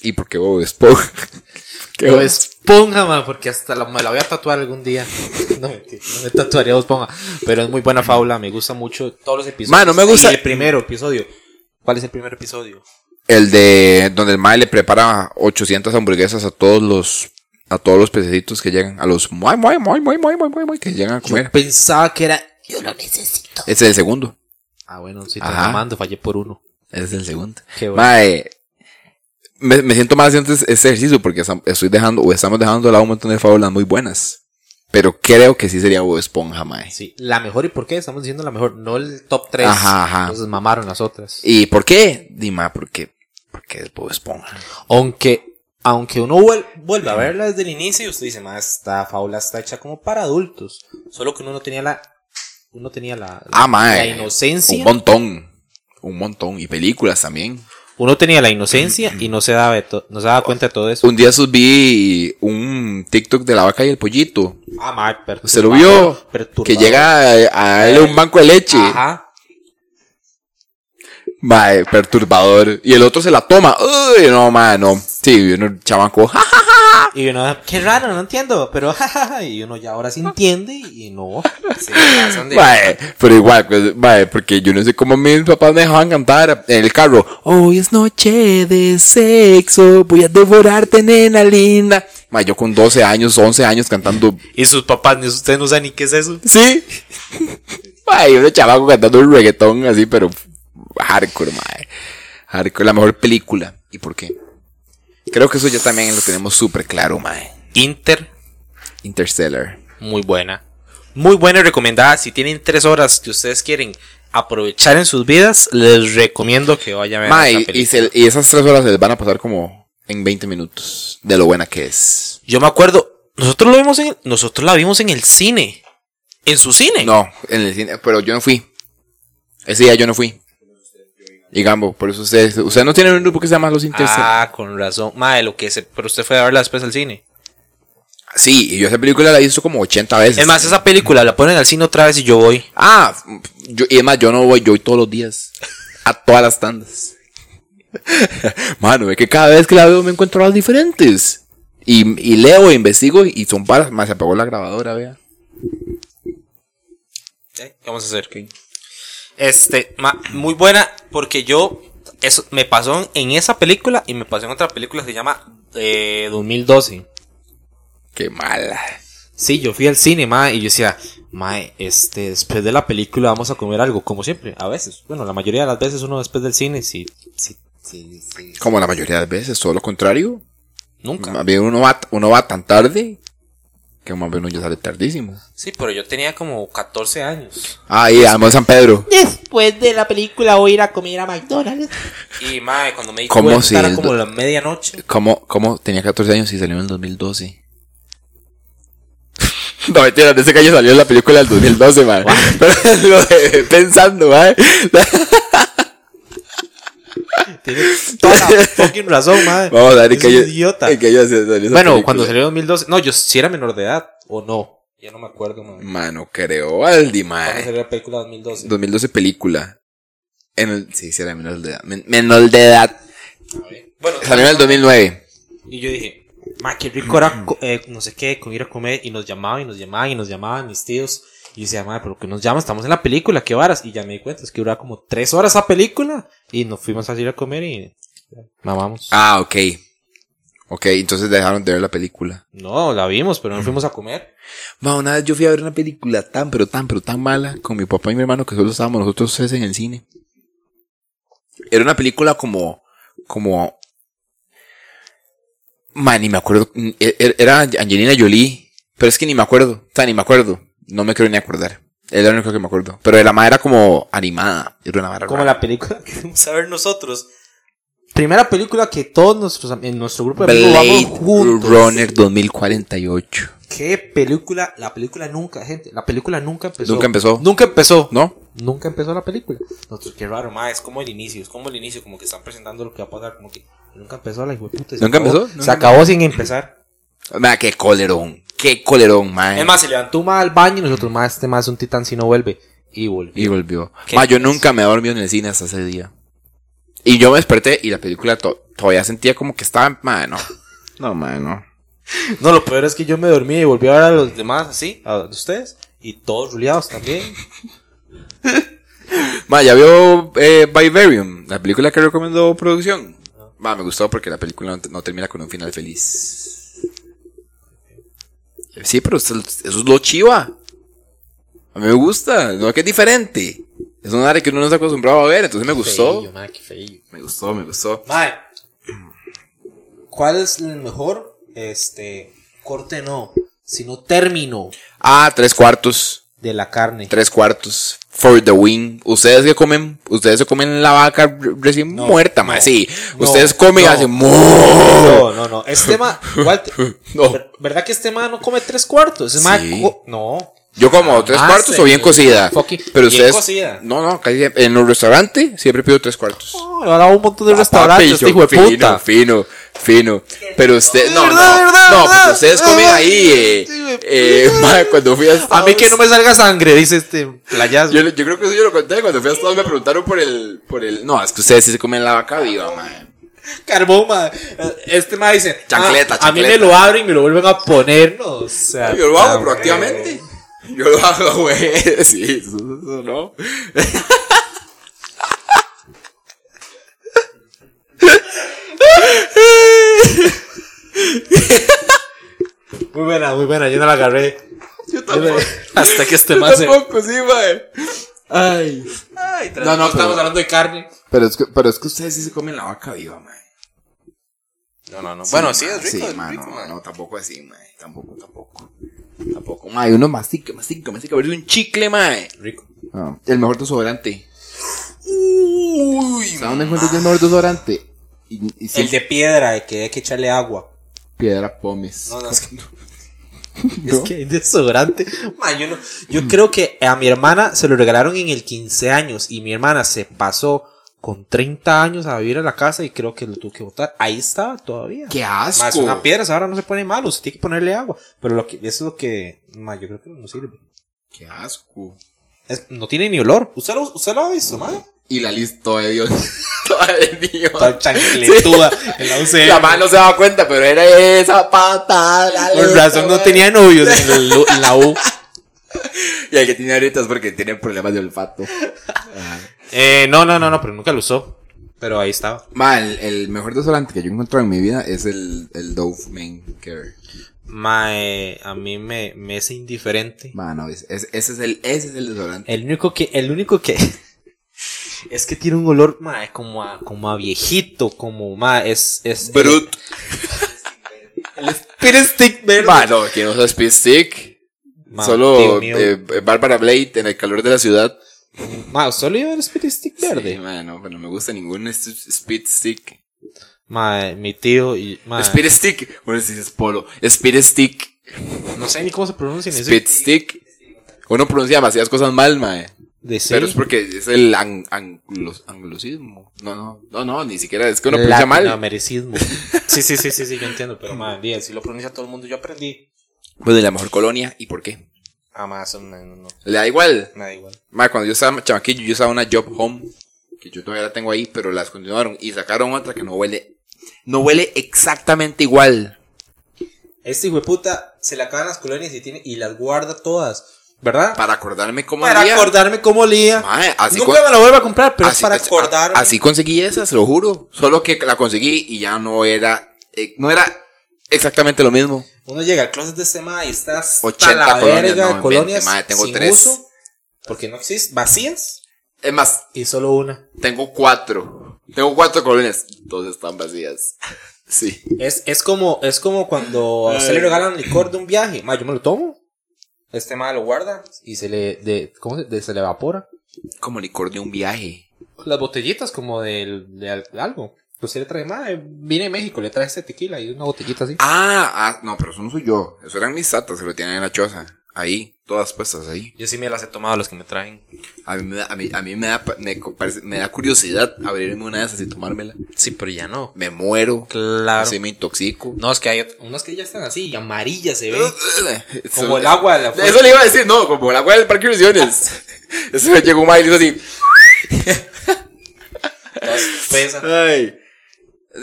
Speaker 2: ¿Y por qué Bob Esponja? <laughs> ¿Qué
Speaker 1: Bob Esponja, ma, porque hasta la- me la voy a tatuar algún día. <laughs> No, mentira, no me tatuaría Bob Esponja. Pero es muy buena fábula, me gusta mucho todos los episodios.
Speaker 2: Ma, no me
Speaker 1: Y
Speaker 2: gusta-
Speaker 1: el primero episodio. ¿Cuál es el primer episodio?
Speaker 2: El de donde el mae le prepara 800 hamburguesas a todos los a todos los pececitos que llegan, a los muy muy muy muy muy muy muy que llegan a comer.
Speaker 1: Pensaba que era... Yo lo necesito.
Speaker 2: Ese es el segundo.
Speaker 1: Ah, bueno, sí, te
Speaker 2: Ajá.
Speaker 1: lo mando, fallé por uno.
Speaker 2: Ese es el segundo.
Speaker 1: Qué bueno.
Speaker 2: Mae, me, me siento mal haciendo este este ejercicio porque estam- estoy dejando o estamos dejando de lado un montón de fábulas muy buenas. Pero creo que sí sería Bob Esponja, mae.
Speaker 1: Sí, la mejor y por qué, estamos diciendo la mejor, no el top 3.
Speaker 2: Ajá, ajá.
Speaker 1: Entonces mamaron las otras.
Speaker 2: ¿Y por qué? Dima, porque porque es Bob Esponja.
Speaker 1: Aunque, aunque uno vuel- vuelva a verla desde el inicio, usted dice, más esta fábula está hecha como para adultos. Solo que uno no tenía la, uno tenía la, la-
Speaker 2: Ah, mae.
Speaker 1: la inocencia.
Speaker 2: Un montón. Un montón. Y películas también.
Speaker 1: Uno tenía la inocencia y no se daba, de to- no se daba cuenta de todo eso.
Speaker 2: Un día subí un TikTok de la vaca y el pollito.
Speaker 1: Ah, mae, perturbador,
Speaker 2: Se lo vio.
Speaker 1: perturbador.
Speaker 2: Que llega a, a darle un banco de leche.
Speaker 1: Ajá.
Speaker 2: Mae, perturbador. Y el otro se la toma. Uy, no, mae, no. Sí, un chamaco. ¡Ja!
Speaker 1: Y uno, qué raro, no entiendo, pero <laughs> jajaja. Y uno ya ahora sí entiende y <laughs> no. Se pasan de-
Speaker 2: Mae, pero igual, pues, mae, porque yo no sé cómo mis papás me dejaban cantar en el carro. Hoy es noche de sexo, voy a devorarte, nena linda. Mae, yo con 12 años, 11 años cantando.
Speaker 1: Y sus papás, ni ustedes no saben ni qué es eso.
Speaker 2: Sí. mae, yo era chamaco cantando un reggaetón así, pero hardcore, mae. Hardcore, la mejor película. ¿Y por qué? Creo que eso ya también lo tenemos súper claro, mae.
Speaker 1: Inter
Speaker 2: Interstellar.
Speaker 1: Muy buena. Muy buena y recomendada. Si tienen tres horas que ustedes quieren aprovechar en sus vidas, les recomiendo que vayan a ver
Speaker 2: Mae,
Speaker 1: esta
Speaker 2: y,
Speaker 1: película.
Speaker 2: se- y esas tres horas se les van a pasar como en 20 minutos de lo buena que es.
Speaker 1: Yo me acuerdo, nosotros lo vimos en, nosotros la vimos en el cine. En su cine.
Speaker 2: No, en el cine, pero yo no fui. Ese día yo no fui. Y Gambo, por eso ustedes, ustedes no tienen un grupo que se llama Los Interstellar.
Speaker 1: Ah, con razón. Mae, lo que se, pero usted fue a verla después al cine.
Speaker 2: Sí, y yo esa película la he visto como 80 veces.
Speaker 1: Es más, esa película la ponen al cine otra vez y yo voy.
Speaker 2: Ah, yo, y es más, yo no voy, yo voy todos los días. A todas
Speaker 1: <laughs>
Speaker 2: las tandas. Mano, es que cada vez que la veo me encuentro las diferentes. Y, y leo, e investigo y son para. Más se apagó la grabadora, vea.
Speaker 1: ¿Eh? ¿Qué vamos a hacer? Este, ma- muy buena porque yo eso me pasó en esa película y me pasó en otra película que se llama eh, 2012.
Speaker 2: Qué mala.
Speaker 1: Sí, yo fui al cine, ma, y yo decía, mae, este, después de la película vamos a comer algo, como siempre, a veces. Bueno, la mayoría de las veces uno después del cine, sí, sí, sí, sí.
Speaker 2: Como la mayoría de las veces, todo lo contrario.
Speaker 1: Nunca.
Speaker 2: Más bien uno va, uno va tan tarde que más bien uno ya sale tardísimo.
Speaker 1: Sí, pero yo tenía como 14 años.
Speaker 2: Ah, y además San Pedro.
Speaker 4: Después de la película voy a ir a comer a McDonald's.
Speaker 1: Y, mae, cuando me di
Speaker 2: ¿Cómo
Speaker 1: cuenta
Speaker 2: si
Speaker 1: era
Speaker 2: el-
Speaker 1: como la medianoche.
Speaker 2: <laughs> ¿Cómo, cómo tenía 14 años y salió en el 2012? <laughs> No, mentira, en ese año salió la película del 2012, man. <laughs> Pero lo dejé pensando, man.
Speaker 1: Tienes toda la fucking razón, mae.
Speaker 2: <laughs> Vamos a ver en
Speaker 1: Es
Speaker 2: qué
Speaker 1: un
Speaker 2: año.
Speaker 1: idiota.
Speaker 2: en qué año se salió esa
Speaker 1: Bueno,
Speaker 2: película.
Speaker 1: cuando salió en 2012, no, yo si era menor de edad, o no, ya no me acuerdo, mae.
Speaker 2: Mano, creo, Aldi,
Speaker 1: Cuando
Speaker 2: man.
Speaker 1: salió la película 2012.
Speaker 2: 2012 película. En el, sí, sí, era menor de edad. Men- menor de edad.
Speaker 1: Bueno,
Speaker 2: Salió en el 2009.
Speaker 1: Y yo dije, ma, qué rico era, co- eh, no sé qué, con ir a comer. Y nos llamaban y nos llamaban y nos llamaban mis tíos. Y yo decía, ma, pero que nos llaman, estamos en la película, qué varas. Y ya me di cuenta, es que duraba como tres horas esa película. Y nos fuimos a ir a comer y mamamos.
Speaker 2: Ah, ok. Ok, entonces dejaron de ver la película.
Speaker 1: No, la vimos, pero no fuimos a comer.
Speaker 2: Ma, una vez yo fui a ver una película tan, pero tan, pero tan mala con mi papá y mi hermano que solo estábamos nosotros tres en el cine. Era una película como, como, ma, ni me acuerdo. Mm, e- e- Era Angelina Jolie, pero es que ni me acuerdo. O sea, ni me acuerdo. No me quiero ni acordar. Es lo único que me acuerdo. Pero la madre era como animada. Era una madre
Speaker 1: Como
Speaker 2: rara.
Speaker 1: la película que vamos a ver nosotros. Primera película que todos nuestros am- en nuestro grupo de amigos
Speaker 2: Blade
Speaker 1: vamos juntos.
Speaker 2: Runner 2048.
Speaker 1: ¿Qué película? La película nunca, gente. La película nunca empezó.
Speaker 2: Nunca empezó.
Speaker 1: Nunca empezó.
Speaker 2: ¿No?
Speaker 1: Nunca empezó la película. Nosotros, pues, qué raro, ma, es como el inicio, es como el inicio, como que están presentando lo que va a pasar, como que nunca empezó la hijo puta.
Speaker 2: ¿Nunca empezó?
Speaker 1: Se
Speaker 2: Nunca
Speaker 1: acabó sin empezar.
Speaker 2: Mira, qué colerón. Qué colerón, madre.
Speaker 1: Es más, se levantó más al baño y nosotros, más este más es un titán si no vuelve. Y volvió.
Speaker 2: Y volvió.
Speaker 1: ¿Qué
Speaker 2: Ma, yo
Speaker 1: es?
Speaker 2: nunca me he dormido en el cine hasta ese día. Y yo me desperté y la película to- todavía sentía como que estaba. Ma, no. No, ma, no.
Speaker 1: No, lo peor es que yo me dormí y volví a ver a los demás así, a ustedes, y todos ruleados también.
Speaker 2: Ma, ya vio eh, Vivarium, la película que recomendó producción. Ma, me gustó porque la película no, te- no termina con un final feliz. Sí, pero eso, eso es lo chiva. A mí me gusta, no que es diferente. Es un área que uno no está acostumbrado a ver, entonces me gustó.
Speaker 1: Feillo, ma, qué feillo.
Speaker 2: Me gustó, me gustó.
Speaker 1: Mae, ¿cuál es el mejor? Este, corte no, sino término
Speaker 2: Ah, tres cuartos.
Speaker 1: de la carne.
Speaker 2: Tres cuartos. For the win. Ustedes que comen, ustedes se comen la vaca re- recién
Speaker 1: No,
Speaker 2: muerta,
Speaker 1: no,
Speaker 2: ma. Sí.
Speaker 1: no,
Speaker 2: ustedes comen y
Speaker 1: no.
Speaker 2: hacen "Mu".
Speaker 1: No, no, no. Este tema, Walter,
Speaker 2: <laughs> No.
Speaker 1: ver- ¿verdad que este tema no come tres cuartos? Es más,
Speaker 2: Sí.
Speaker 1: co- no.
Speaker 2: Yo como
Speaker 1: Jamás
Speaker 2: tres cuartos
Speaker 1: en
Speaker 2: o bien
Speaker 1: mi
Speaker 2: cocida.
Speaker 1: Ah, fucking- bien
Speaker 2: Pero ustedes.
Speaker 1: cocida.
Speaker 2: No, no, casi siempre- En los restaurantes siempre pido tres cuartos.
Speaker 1: No, ahora un montón de restaurantes,
Speaker 2: Papi, yo
Speaker 1: este hijo de
Speaker 2: fino,
Speaker 1: puta.
Speaker 2: Fino, fino. Pero ustedes. No, no.
Speaker 1: verdad, verdad,
Speaker 2: no,
Speaker 1: verdad.
Speaker 2: porque ustedes comen ahí. Eh,
Speaker 1: Sí, güey.
Speaker 2: eh, <laughs> ma, cuando fui a
Speaker 1: A mí
Speaker 2: Estados-
Speaker 1: que no me salga sangre, dice este playazo.
Speaker 2: Yo, yo creo que eso yo lo conté. Cuando fui a Estados me preguntaron por el. por el. No, es que ustedes sí se comen la vaca viva, man.
Speaker 1: Carbón, ma. Este ma dice. ah,
Speaker 2: Chancleta,
Speaker 1: A mí
Speaker 2: chancleta.
Speaker 1: me lo abren y me lo vuelven a poner. No, o sea,
Speaker 2: Yo lo hago
Speaker 1: ah,
Speaker 2: proactivamente. Yo lo hago, <laughs> güey. Sí, eso, eso no.
Speaker 1: Muy buena, muy buena. Yo no la agarré. Yo
Speaker 2: tampoco.
Speaker 1: Hasta que este ma se.
Speaker 2: Tampoco, sí, mae. Ay.
Speaker 1: Ay, tras-
Speaker 2: No, no, pero-
Speaker 1: hablando de carne.
Speaker 2: Pero es que, pero es que ustedes sí se comen la vaca viva, mae.
Speaker 1: No, no, no.
Speaker 2: mae, Sí, mae, no, no, tampoco así, mae. Tampoco, tampoco. Tampoco, mae. Uno mastica, mastica, mastica. Parece un chicle, mae.
Speaker 1: Rico.
Speaker 2: Ah, el mejor desodorante. Uy, ¿Sabes dónde encuentras yo el mejor desodorante? Y, y
Speaker 1: El de piedra, de que hay que echarle agua.
Speaker 2: piedra pomes.
Speaker 1: No, no, es que no. <laughs> Es que hay desodorante. <laughs> Mm. Ma, yo, no- yo creo que a mi hermana se lo regalaron en el 15 años y mi hermana se pasó con 30 años a vivir a la casa y creo que lo tuvo que botar. Ahí estaba todavía.
Speaker 2: ¡Qué
Speaker 1: Ma, es
Speaker 2: asco!
Speaker 1: una piedra, ahora no se pone malo, se tiene que ponerle agua. Pero lo que, eso es lo que, ma, yo creo que no sirve.
Speaker 2: ¡Qué asco!
Speaker 1: Es- no tiene ni olor. ¿Usted lo, usted lo ha visto, madre?
Speaker 2: Y la lista de Dios. <laughs> Toda de
Speaker 1: <laughs>
Speaker 2: Dios.
Speaker 1: Toda chancletuda en la UCM.
Speaker 2: La mano se daba cuenta, pero era esa pata. la
Speaker 1: Por
Speaker 2: lista,
Speaker 1: razón no
Speaker 2: güey.
Speaker 1: tenía novios en, el- en la U.
Speaker 2: Y el que tiene ahorita es porque tiene problemas de olfato.
Speaker 1: Eh, no, no, no, no, pero nunca lo usó. Pero ahí estaba.
Speaker 2: Mal, el mejor desodorante que yo he encontrado en mi vida es el, el Dove Men Care.
Speaker 1: Mae, a mí me, me es indiferente.
Speaker 2: Mano, es- es- ese es el, ese es el desodorante.
Speaker 1: El único que, el único que <laughs> es que tiene un olor, mae, como a, como a viejito, como, mae, es, es.
Speaker 2: Brut.
Speaker 1: El, el
Speaker 2: <laughs>
Speaker 1: Spirit Stick verde.
Speaker 2: Mano, que no es Speed Stick.
Speaker 1: Ma,
Speaker 2: Solo
Speaker 1: Dios mío.
Speaker 2: eh, Bárbara Blade en el calor de la ciudad.
Speaker 1: Ma, solo iba el Spirit Stick verde.
Speaker 2: Sí, mano, pero no me gusta ningún es- Speed Stick.
Speaker 1: Mae, mi tío y, mae,
Speaker 2: Speed Stick. Bueno, si es polo. Speed Stick.
Speaker 1: no sé ni cómo se pronuncia ni
Speaker 2: Spit stick. Uno pronuncia demasiadas cosas mal, eh. mae.
Speaker 1: De sí.
Speaker 2: Pero es porque es el ang- anglos- anglosismo. No, no, no, no, ni siquiera es que uno pronuncia mal.
Speaker 1: Latinoamericismo. <laughs> sí, sí, sí, sí, sí, yo entiendo,
Speaker 2: <laughs>
Speaker 1: pero mae, di, si lo pronuncia todo el mundo, yo aprendí.
Speaker 2: Bueno, de la mejor colonia, ¿y por qué?
Speaker 1: Ah, mae, eso no, no, no,
Speaker 2: Le da igual.
Speaker 1: me da igual.
Speaker 2: Mae, cuando yo estaba chamaquillo, yo usaba una job home, que yo todavía la tengo ahí, pero las continuaron y sacaron otra que no huele, no huele exactamente igual.
Speaker 1: Este hijo de puta se le acaban las colonias y tiene y las guarda todas, ¿verdad?
Speaker 2: Para acordarme cómo
Speaker 1: Para
Speaker 2: olía.
Speaker 1: acordarme cómo olía.
Speaker 2: Mae, así
Speaker 1: Nunca
Speaker 2: con-
Speaker 1: me la vuelvo a comprar, pero
Speaker 2: Así-
Speaker 1: es para
Speaker 2: así-
Speaker 1: acordarme.
Speaker 2: Así conseguí esa, se lo juro. Solo que la conseguí y ya no era, eh, no era exactamente lo mismo.
Speaker 1: Uno llega al closet de este ma y está hasta
Speaker 2: 80
Speaker 1: la
Speaker 2: colonias,
Speaker 1: verga
Speaker 2: no,
Speaker 1: de colonias
Speaker 2: 20, ma, tengo
Speaker 1: sin
Speaker 2: tres.
Speaker 1: uso, porque no existen, vacías
Speaker 2: Es más,
Speaker 1: y solo una.
Speaker 2: tengo cuatro. Tengo cuatro colonias. Dos están vacías. Sí.
Speaker 1: Es, es como es como cuando se le regalan licor de un viaje, ma, yo me lo tomo. Este madre lo guarda y se le, de, ¿cómo se, de- se le evapora.
Speaker 2: Como licor de un viaje.
Speaker 1: Las botellitas como del- de, al- algo. Que usted le trae, madre, vine de México, le trae este tequila y una botellita así.
Speaker 2: Ah, ah, no, pero eso no soy yo. Eso eran mis tatas que lo tienen en la choza. Ahí, todas puestas ahí.
Speaker 1: Yo sí me las he tomado las que me traen.
Speaker 2: A mí me da, a mí, a mí me, da pa- me co- parece- me da curiosidad abrirme una de esas y tomármela.
Speaker 1: Sí, pero ya no.
Speaker 2: Me muero.
Speaker 1: Claro.
Speaker 2: Así me intoxico.
Speaker 1: No, es que hay ot- unas que ya están así y amarillas
Speaker 2: <laughs>
Speaker 1: se ven. Como
Speaker 2: Como
Speaker 1: el agua de la fuente.
Speaker 2: Eso le iba a decir, no, como el agua del parque de <laughs> diversiones. Eso me llegó un mail y hizo así.
Speaker 1: Todas pesan.
Speaker 2: Ay.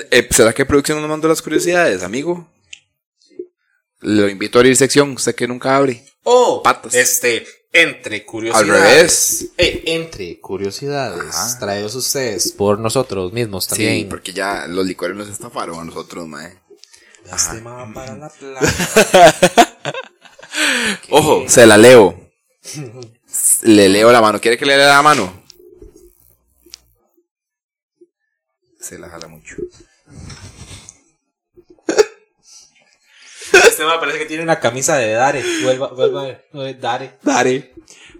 Speaker 2: Eh, ¿Será que producción nos mandó las curiosidades, amigo? Lo invito a abrir sección, usted que nunca abre.
Speaker 1: Oh,
Speaker 2: Patas.
Speaker 1: Este, entre
Speaker 2: Al
Speaker 1: curiosidades.
Speaker 2: revés.
Speaker 1: Eh, entre curiosidades.
Speaker 2: Ajá.
Speaker 1: Traídos ustedes por nosotros mismos
Speaker 2: Sí,
Speaker 1: también.
Speaker 2: porque ya los licores nos estafaron a nosotros, mae.
Speaker 1: Lástima para <laughs> la playa.
Speaker 2: Ojo, se la leo. <laughs> Le leo la mano. ¿Quiere que le lea la mano? Se la jala mucho.
Speaker 1: Este me parece que tiene una camisa de Dare. Vuelva, vuelva a ver. No es Dare.
Speaker 2: Dare.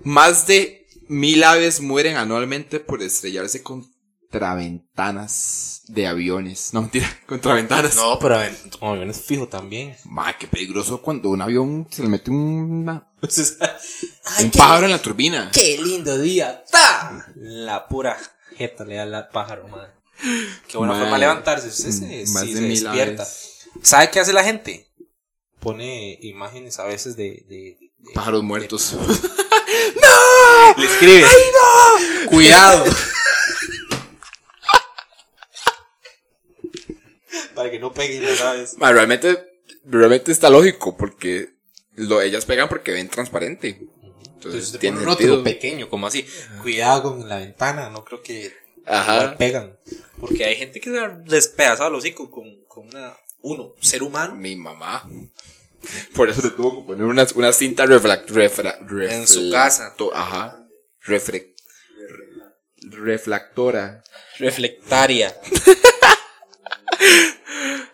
Speaker 2: Más de mil aves mueren anualmente por estrellarse contra ventanas de aviones. No, mentira, <laughs> contra ventanas.
Speaker 1: No, pero a ver, como bien es fijo también.
Speaker 2: Ma, qué peligroso cuando un avión se le mete una- <laughs>
Speaker 1: Entonces, ay,
Speaker 2: un
Speaker 1: qué,
Speaker 2: pájaro en la turbina.
Speaker 1: qué lindo día. ¡Ta! La pura jeta le da al pájaro, madre. Qué buena
Speaker 2: Madre.
Speaker 1: forma de levantarse. Usted se,
Speaker 2: Más
Speaker 1: sí
Speaker 2: de
Speaker 1: se
Speaker 2: mil
Speaker 1: despierta.
Speaker 2: aves.
Speaker 1: ¿Sabe qué hace la gente? Pone imágenes a veces de. de- de-
Speaker 2: Pájaros muertos. <laughs>
Speaker 1: Le escribe. Cuidado. Para que no peguen las aves.
Speaker 2: <laughs> Ma, realmente, realmente está lógico porque lo, ellas pegan porque ven transparente. Entonces,
Speaker 1: Entonces, tiene
Speaker 2: tiene
Speaker 1: un
Speaker 2: sentido.
Speaker 1: rótulo pequeño, como así. Cuidado con la ventana, no creo que
Speaker 2: Ajá.
Speaker 1: la pegan. Ah. Porque hay gente que se ha despedazado el hocico con, con una, uno, ser humano.
Speaker 2: Mi mamá. Por eso le tuvo que poner una, una cinta refract, refra,
Speaker 1: En su
Speaker 2: reflecto-
Speaker 1: casa.
Speaker 2: Ajá. Refre- reflectora.
Speaker 1: Reflectaria.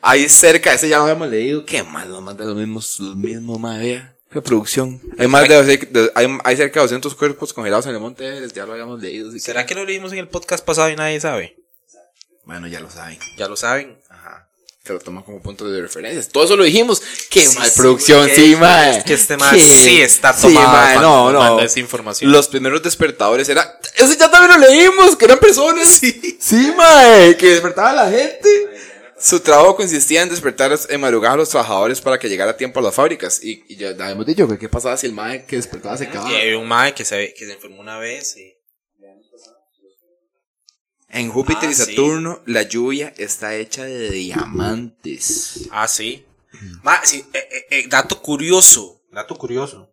Speaker 2: Ahí cerca, ese ya lo habíamos leído. Qué malo, más de los mismos, los mismos, madre. Qué producción. Hay más de, de- hay, hay cerca de 200 cuerpos congelados en el monte Everest, ya lo habíamos leído. así
Speaker 1: ¿Será que lo leímos en el podcast pasado y nadie sabe?
Speaker 2: Bueno, ya lo saben.
Speaker 1: Ya lo saben.
Speaker 2: Ajá. Que lo toman como punto de referencia. Todo eso lo dijimos. Qué
Speaker 1: Sí,
Speaker 2: mal
Speaker 1: sí,
Speaker 2: producción,
Speaker 1: güey,
Speaker 2: sí,
Speaker 1: qué-
Speaker 2: mae.
Speaker 1: Que este man
Speaker 2: Qué-
Speaker 1: sí está
Speaker 2: sí,
Speaker 1: tomado.
Speaker 2: mae,
Speaker 1: cuando
Speaker 2: no, no.
Speaker 1: manda esa información.
Speaker 2: Los primeros despertadores era. Eso ya también lo leímos, que eran personas. Sí, mae, que despertaba a la gente. Su trabajo consistía en despertar en madrugada a los trabajadores para que llegara a tiempo a las fábricas. Y, y ya habíamos dicho que qué pasaba si el mae que despertaba se cagaba.
Speaker 1: Y hay un mae que se, que se enfermó una vez y...
Speaker 2: En Júpiter
Speaker 1: Ah,
Speaker 2: y
Speaker 1: sí.
Speaker 2: Saturno, la lluvia está hecha de diamantes.
Speaker 1: Ah, sí. Ma, sí, eh, eh, eh, dato curioso. Dato curioso.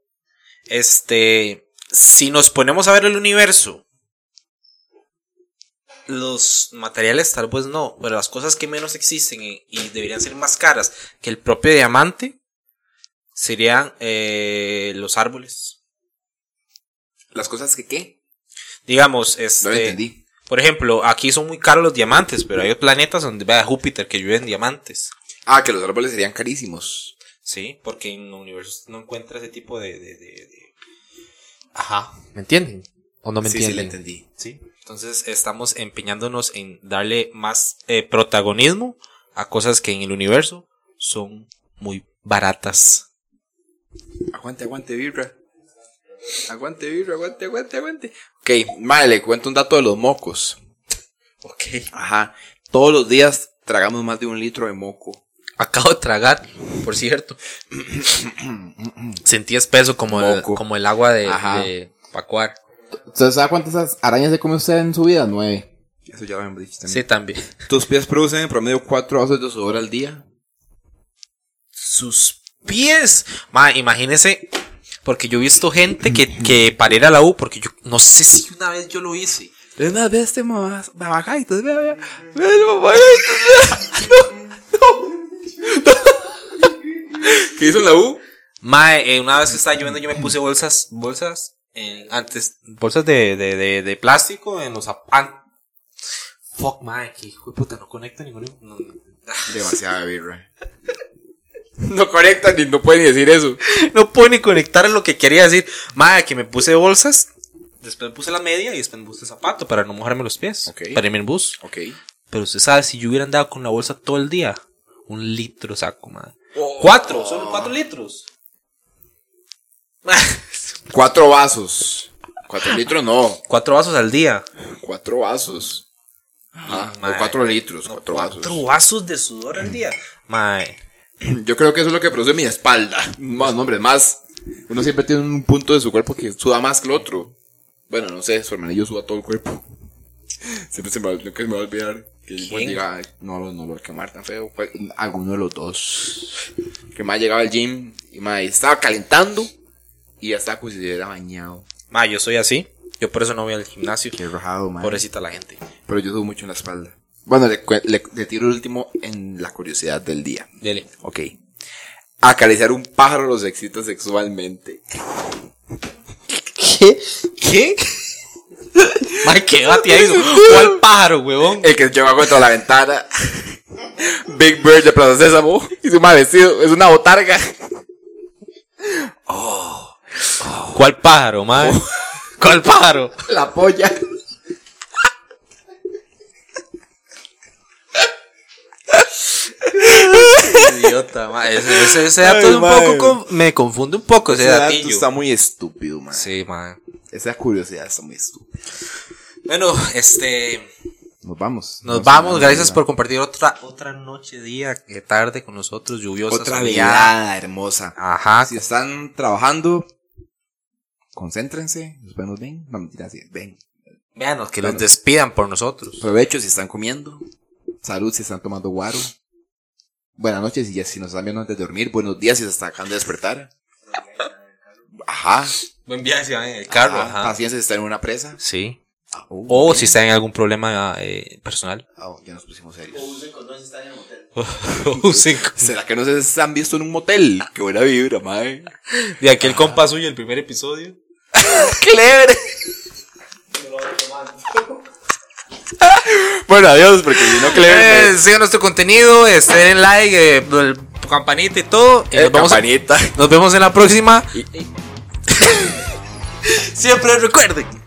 Speaker 1: Este, si nos ponemos a ver el universo, los materiales tal vez no, pero las cosas que menos existen y, y deberían ser más caras que el propio diamante serían eh, los árboles.
Speaker 2: ¿Las cosas que qué?
Speaker 1: Digamos,
Speaker 2: No lo
Speaker 1: este,
Speaker 2: entendí.
Speaker 1: por ejemplo, aquí son muy caros los diamantes, pero hay planetas donde vea Júpiter que llueven diamantes.
Speaker 2: Ah, que los árboles serían carísimos.
Speaker 1: Sí, porque en universos no encuentra ese tipo de. de- de- de- Ajá. ¿Me entienden? ¿O no
Speaker 2: sí, sí, le entendí.
Speaker 1: Sí. Entonces estamos empeñándonos en darle más eh, protagonismo a cosas que en el universo son muy baratas.
Speaker 2: Aguante, aguante, vibra. Aguante, vibra, aguante, aguante, aguante. Ok, madre, le cuento un dato de los mocos.
Speaker 1: Ok.
Speaker 2: Ajá. Todos los días tragamos más de un litro de moco.
Speaker 1: Acabo de tragar, por <coughs> cierto. Sentí espeso como, el,
Speaker 2: Moco.
Speaker 1: como el agua de,
Speaker 2: Ajá.
Speaker 1: de Pacuar.
Speaker 2: ¿Usted sabe cuántas arañas se come usted en su vida? Nueve. Eso ya lo hemos dicho
Speaker 1: Sí,
Speaker 2: también.
Speaker 1: también.
Speaker 2: Tus pies producen en promedio cuatro vasos de sudor al día.
Speaker 1: sus pies. Ma, imagínese, porque yo he visto gente que, que para ir a la U, porque yo no sé si una vez yo lo hice.
Speaker 2: Una vez te mamás, babacaitos, vea, vea. <laughs> ¿Qué hizo en la U?
Speaker 1: Ma, eh, una vez que estaba lloviendo yo me puse bolsas, bolsas, eh, antes, bolsas de, de, de, de plástico en los zapatos. Ah, Fuck, ma, que hijo de puta, no conecta ninguno. no, no.
Speaker 2: Demasiada birra. No conectan ni no pueden ni decir eso.
Speaker 1: <laughs> No puedo ni conectar lo que quería decir. Madre, que me puse bolsas. Después me puse la media y después me puse zapato para no mojarme los pies.
Speaker 2: Ok.
Speaker 1: Para irme en bus.
Speaker 2: Ok.
Speaker 1: Pero usted sabe, si yo hubiera andado con la bolsa todo el día, un litro saco, madre.
Speaker 2: Oh.
Speaker 1: Cuatro, solo cuatro litros. <laughs>
Speaker 2: Cuatro vasos. Cuatro litros no.
Speaker 1: cuatro vasos al día.
Speaker 2: Cuatro vasos. Ajá.
Speaker 1: madre.
Speaker 2: O cuatro litros. Cuatro,
Speaker 1: Cuatro
Speaker 2: vasos.
Speaker 1: vasos de sudor al día. Madre.
Speaker 2: Yo creo que eso es lo que produce mi espalda. Más, no, hombre, más. Uno siempre tiene un punto de su cuerpo que suda más que el otro. Bueno, no sé, su hermanillo suda todo el cuerpo. <laughs> Siempre se me, va- nunca se me va a olvidar. Que el buen
Speaker 1: ¿Quién?
Speaker 2: diga, "Ay, no, lo- no lo voy a quemar tan feo. Cual- Alguno de los dos. Que más llegaba al gym y más estaba calentando y ya estaba considerado bañado.
Speaker 1: Madre, yo soy así. Yo por eso no voy al gimnasio.
Speaker 2: Qué rajado, man.
Speaker 1: Pobrecita la gente.
Speaker 2: Pero yo subo mucho en la espalda. Bueno, le, cu- le- le tiro el último en la curiosidad del día.
Speaker 1: Dele.
Speaker 2: Ok. Acariciar un pájaro los excita sexualmente.
Speaker 4: ¿Qué?
Speaker 1: <laughs> ¿Qué? Madre, qué bateadito. ¿Cuál pájaro, huevón?
Speaker 2: El que lleva contra la ventana. Big Bird de Plaza Sésamo. Y su mal vestido. Es una botarga.
Speaker 1: ¿Cuál pájaro, <laughs> madre? ¿Cuál pájaro?
Speaker 2: La polla.
Speaker 1: Idiota, madre. Ese, ese- ese dato
Speaker 2: Ay,
Speaker 1: es un
Speaker 2: madre.
Speaker 1: poco. con- me confunde un poco ese, datillo.
Speaker 2: está muy estúpido, man.
Speaker 1: Sí, madre.
Speaker 2: Esa curiosidad está muy estúpida.
Speaker 1: Bueno, este.
Speaker 2: Nos vamos.
Speaker 1: Nos vamos, gracias
Speaker 2: por
Speaker 1: por compartir otra otra noche, día, que tarde con nosotros, lluviosa.
Speaker 2: Otra
Speaker 1: soleada.
Speaker 2: velada hermosa.
Speaker 1: Ajá.
Speaker 2: Si están trabajando, concéntrense. Después nos ven. No, mentira, sí, ven.
Speaker 1: Véanos, que
Speaker 2: Bueno.
Speaker 1: los despidan por nosotros.
Speaker 2: Provecho si están comiendo. Salud si están tomando guaro. Buenas noches si, ya- si nos están viendo antes de dormir. Buenos días si se están acabando de despertar. Ajá.
Speaker 1: Buen viaje, en el carro.
Speaker 2: Ajá.
Speaker 1: Ajá.
Speaker 2: Paciencia si están en una presa.
Speaker 1: Sí.
Speaker 2: Oh,
Speaker 1: O si está en algún problema eh, <laughs> personal.
Speaker 2: oh, ya nos pusimos serios.
Speaker 1: Usen con-
Speaker 2: ¿Será que no se se han visto en un motel? Qué buena vibra, madre.
Speaker 1: De aquel compa suyo, el primer <laughs> episodio.
Speaker 2: ¡Clever! bueno, adiós, porque si no, Clever.
Speaker 1: Eh, sigan nuestro contenido, eh, den like, eh, el campanita y todo. y
Speaker 2: Eh,
Speaker 1: nos, vemos,
Speaker 2: campanita.
Speaker 1: nos vemos en la próxima.
Speaker 2: Y-
Speaker 1: Siempre recuerden.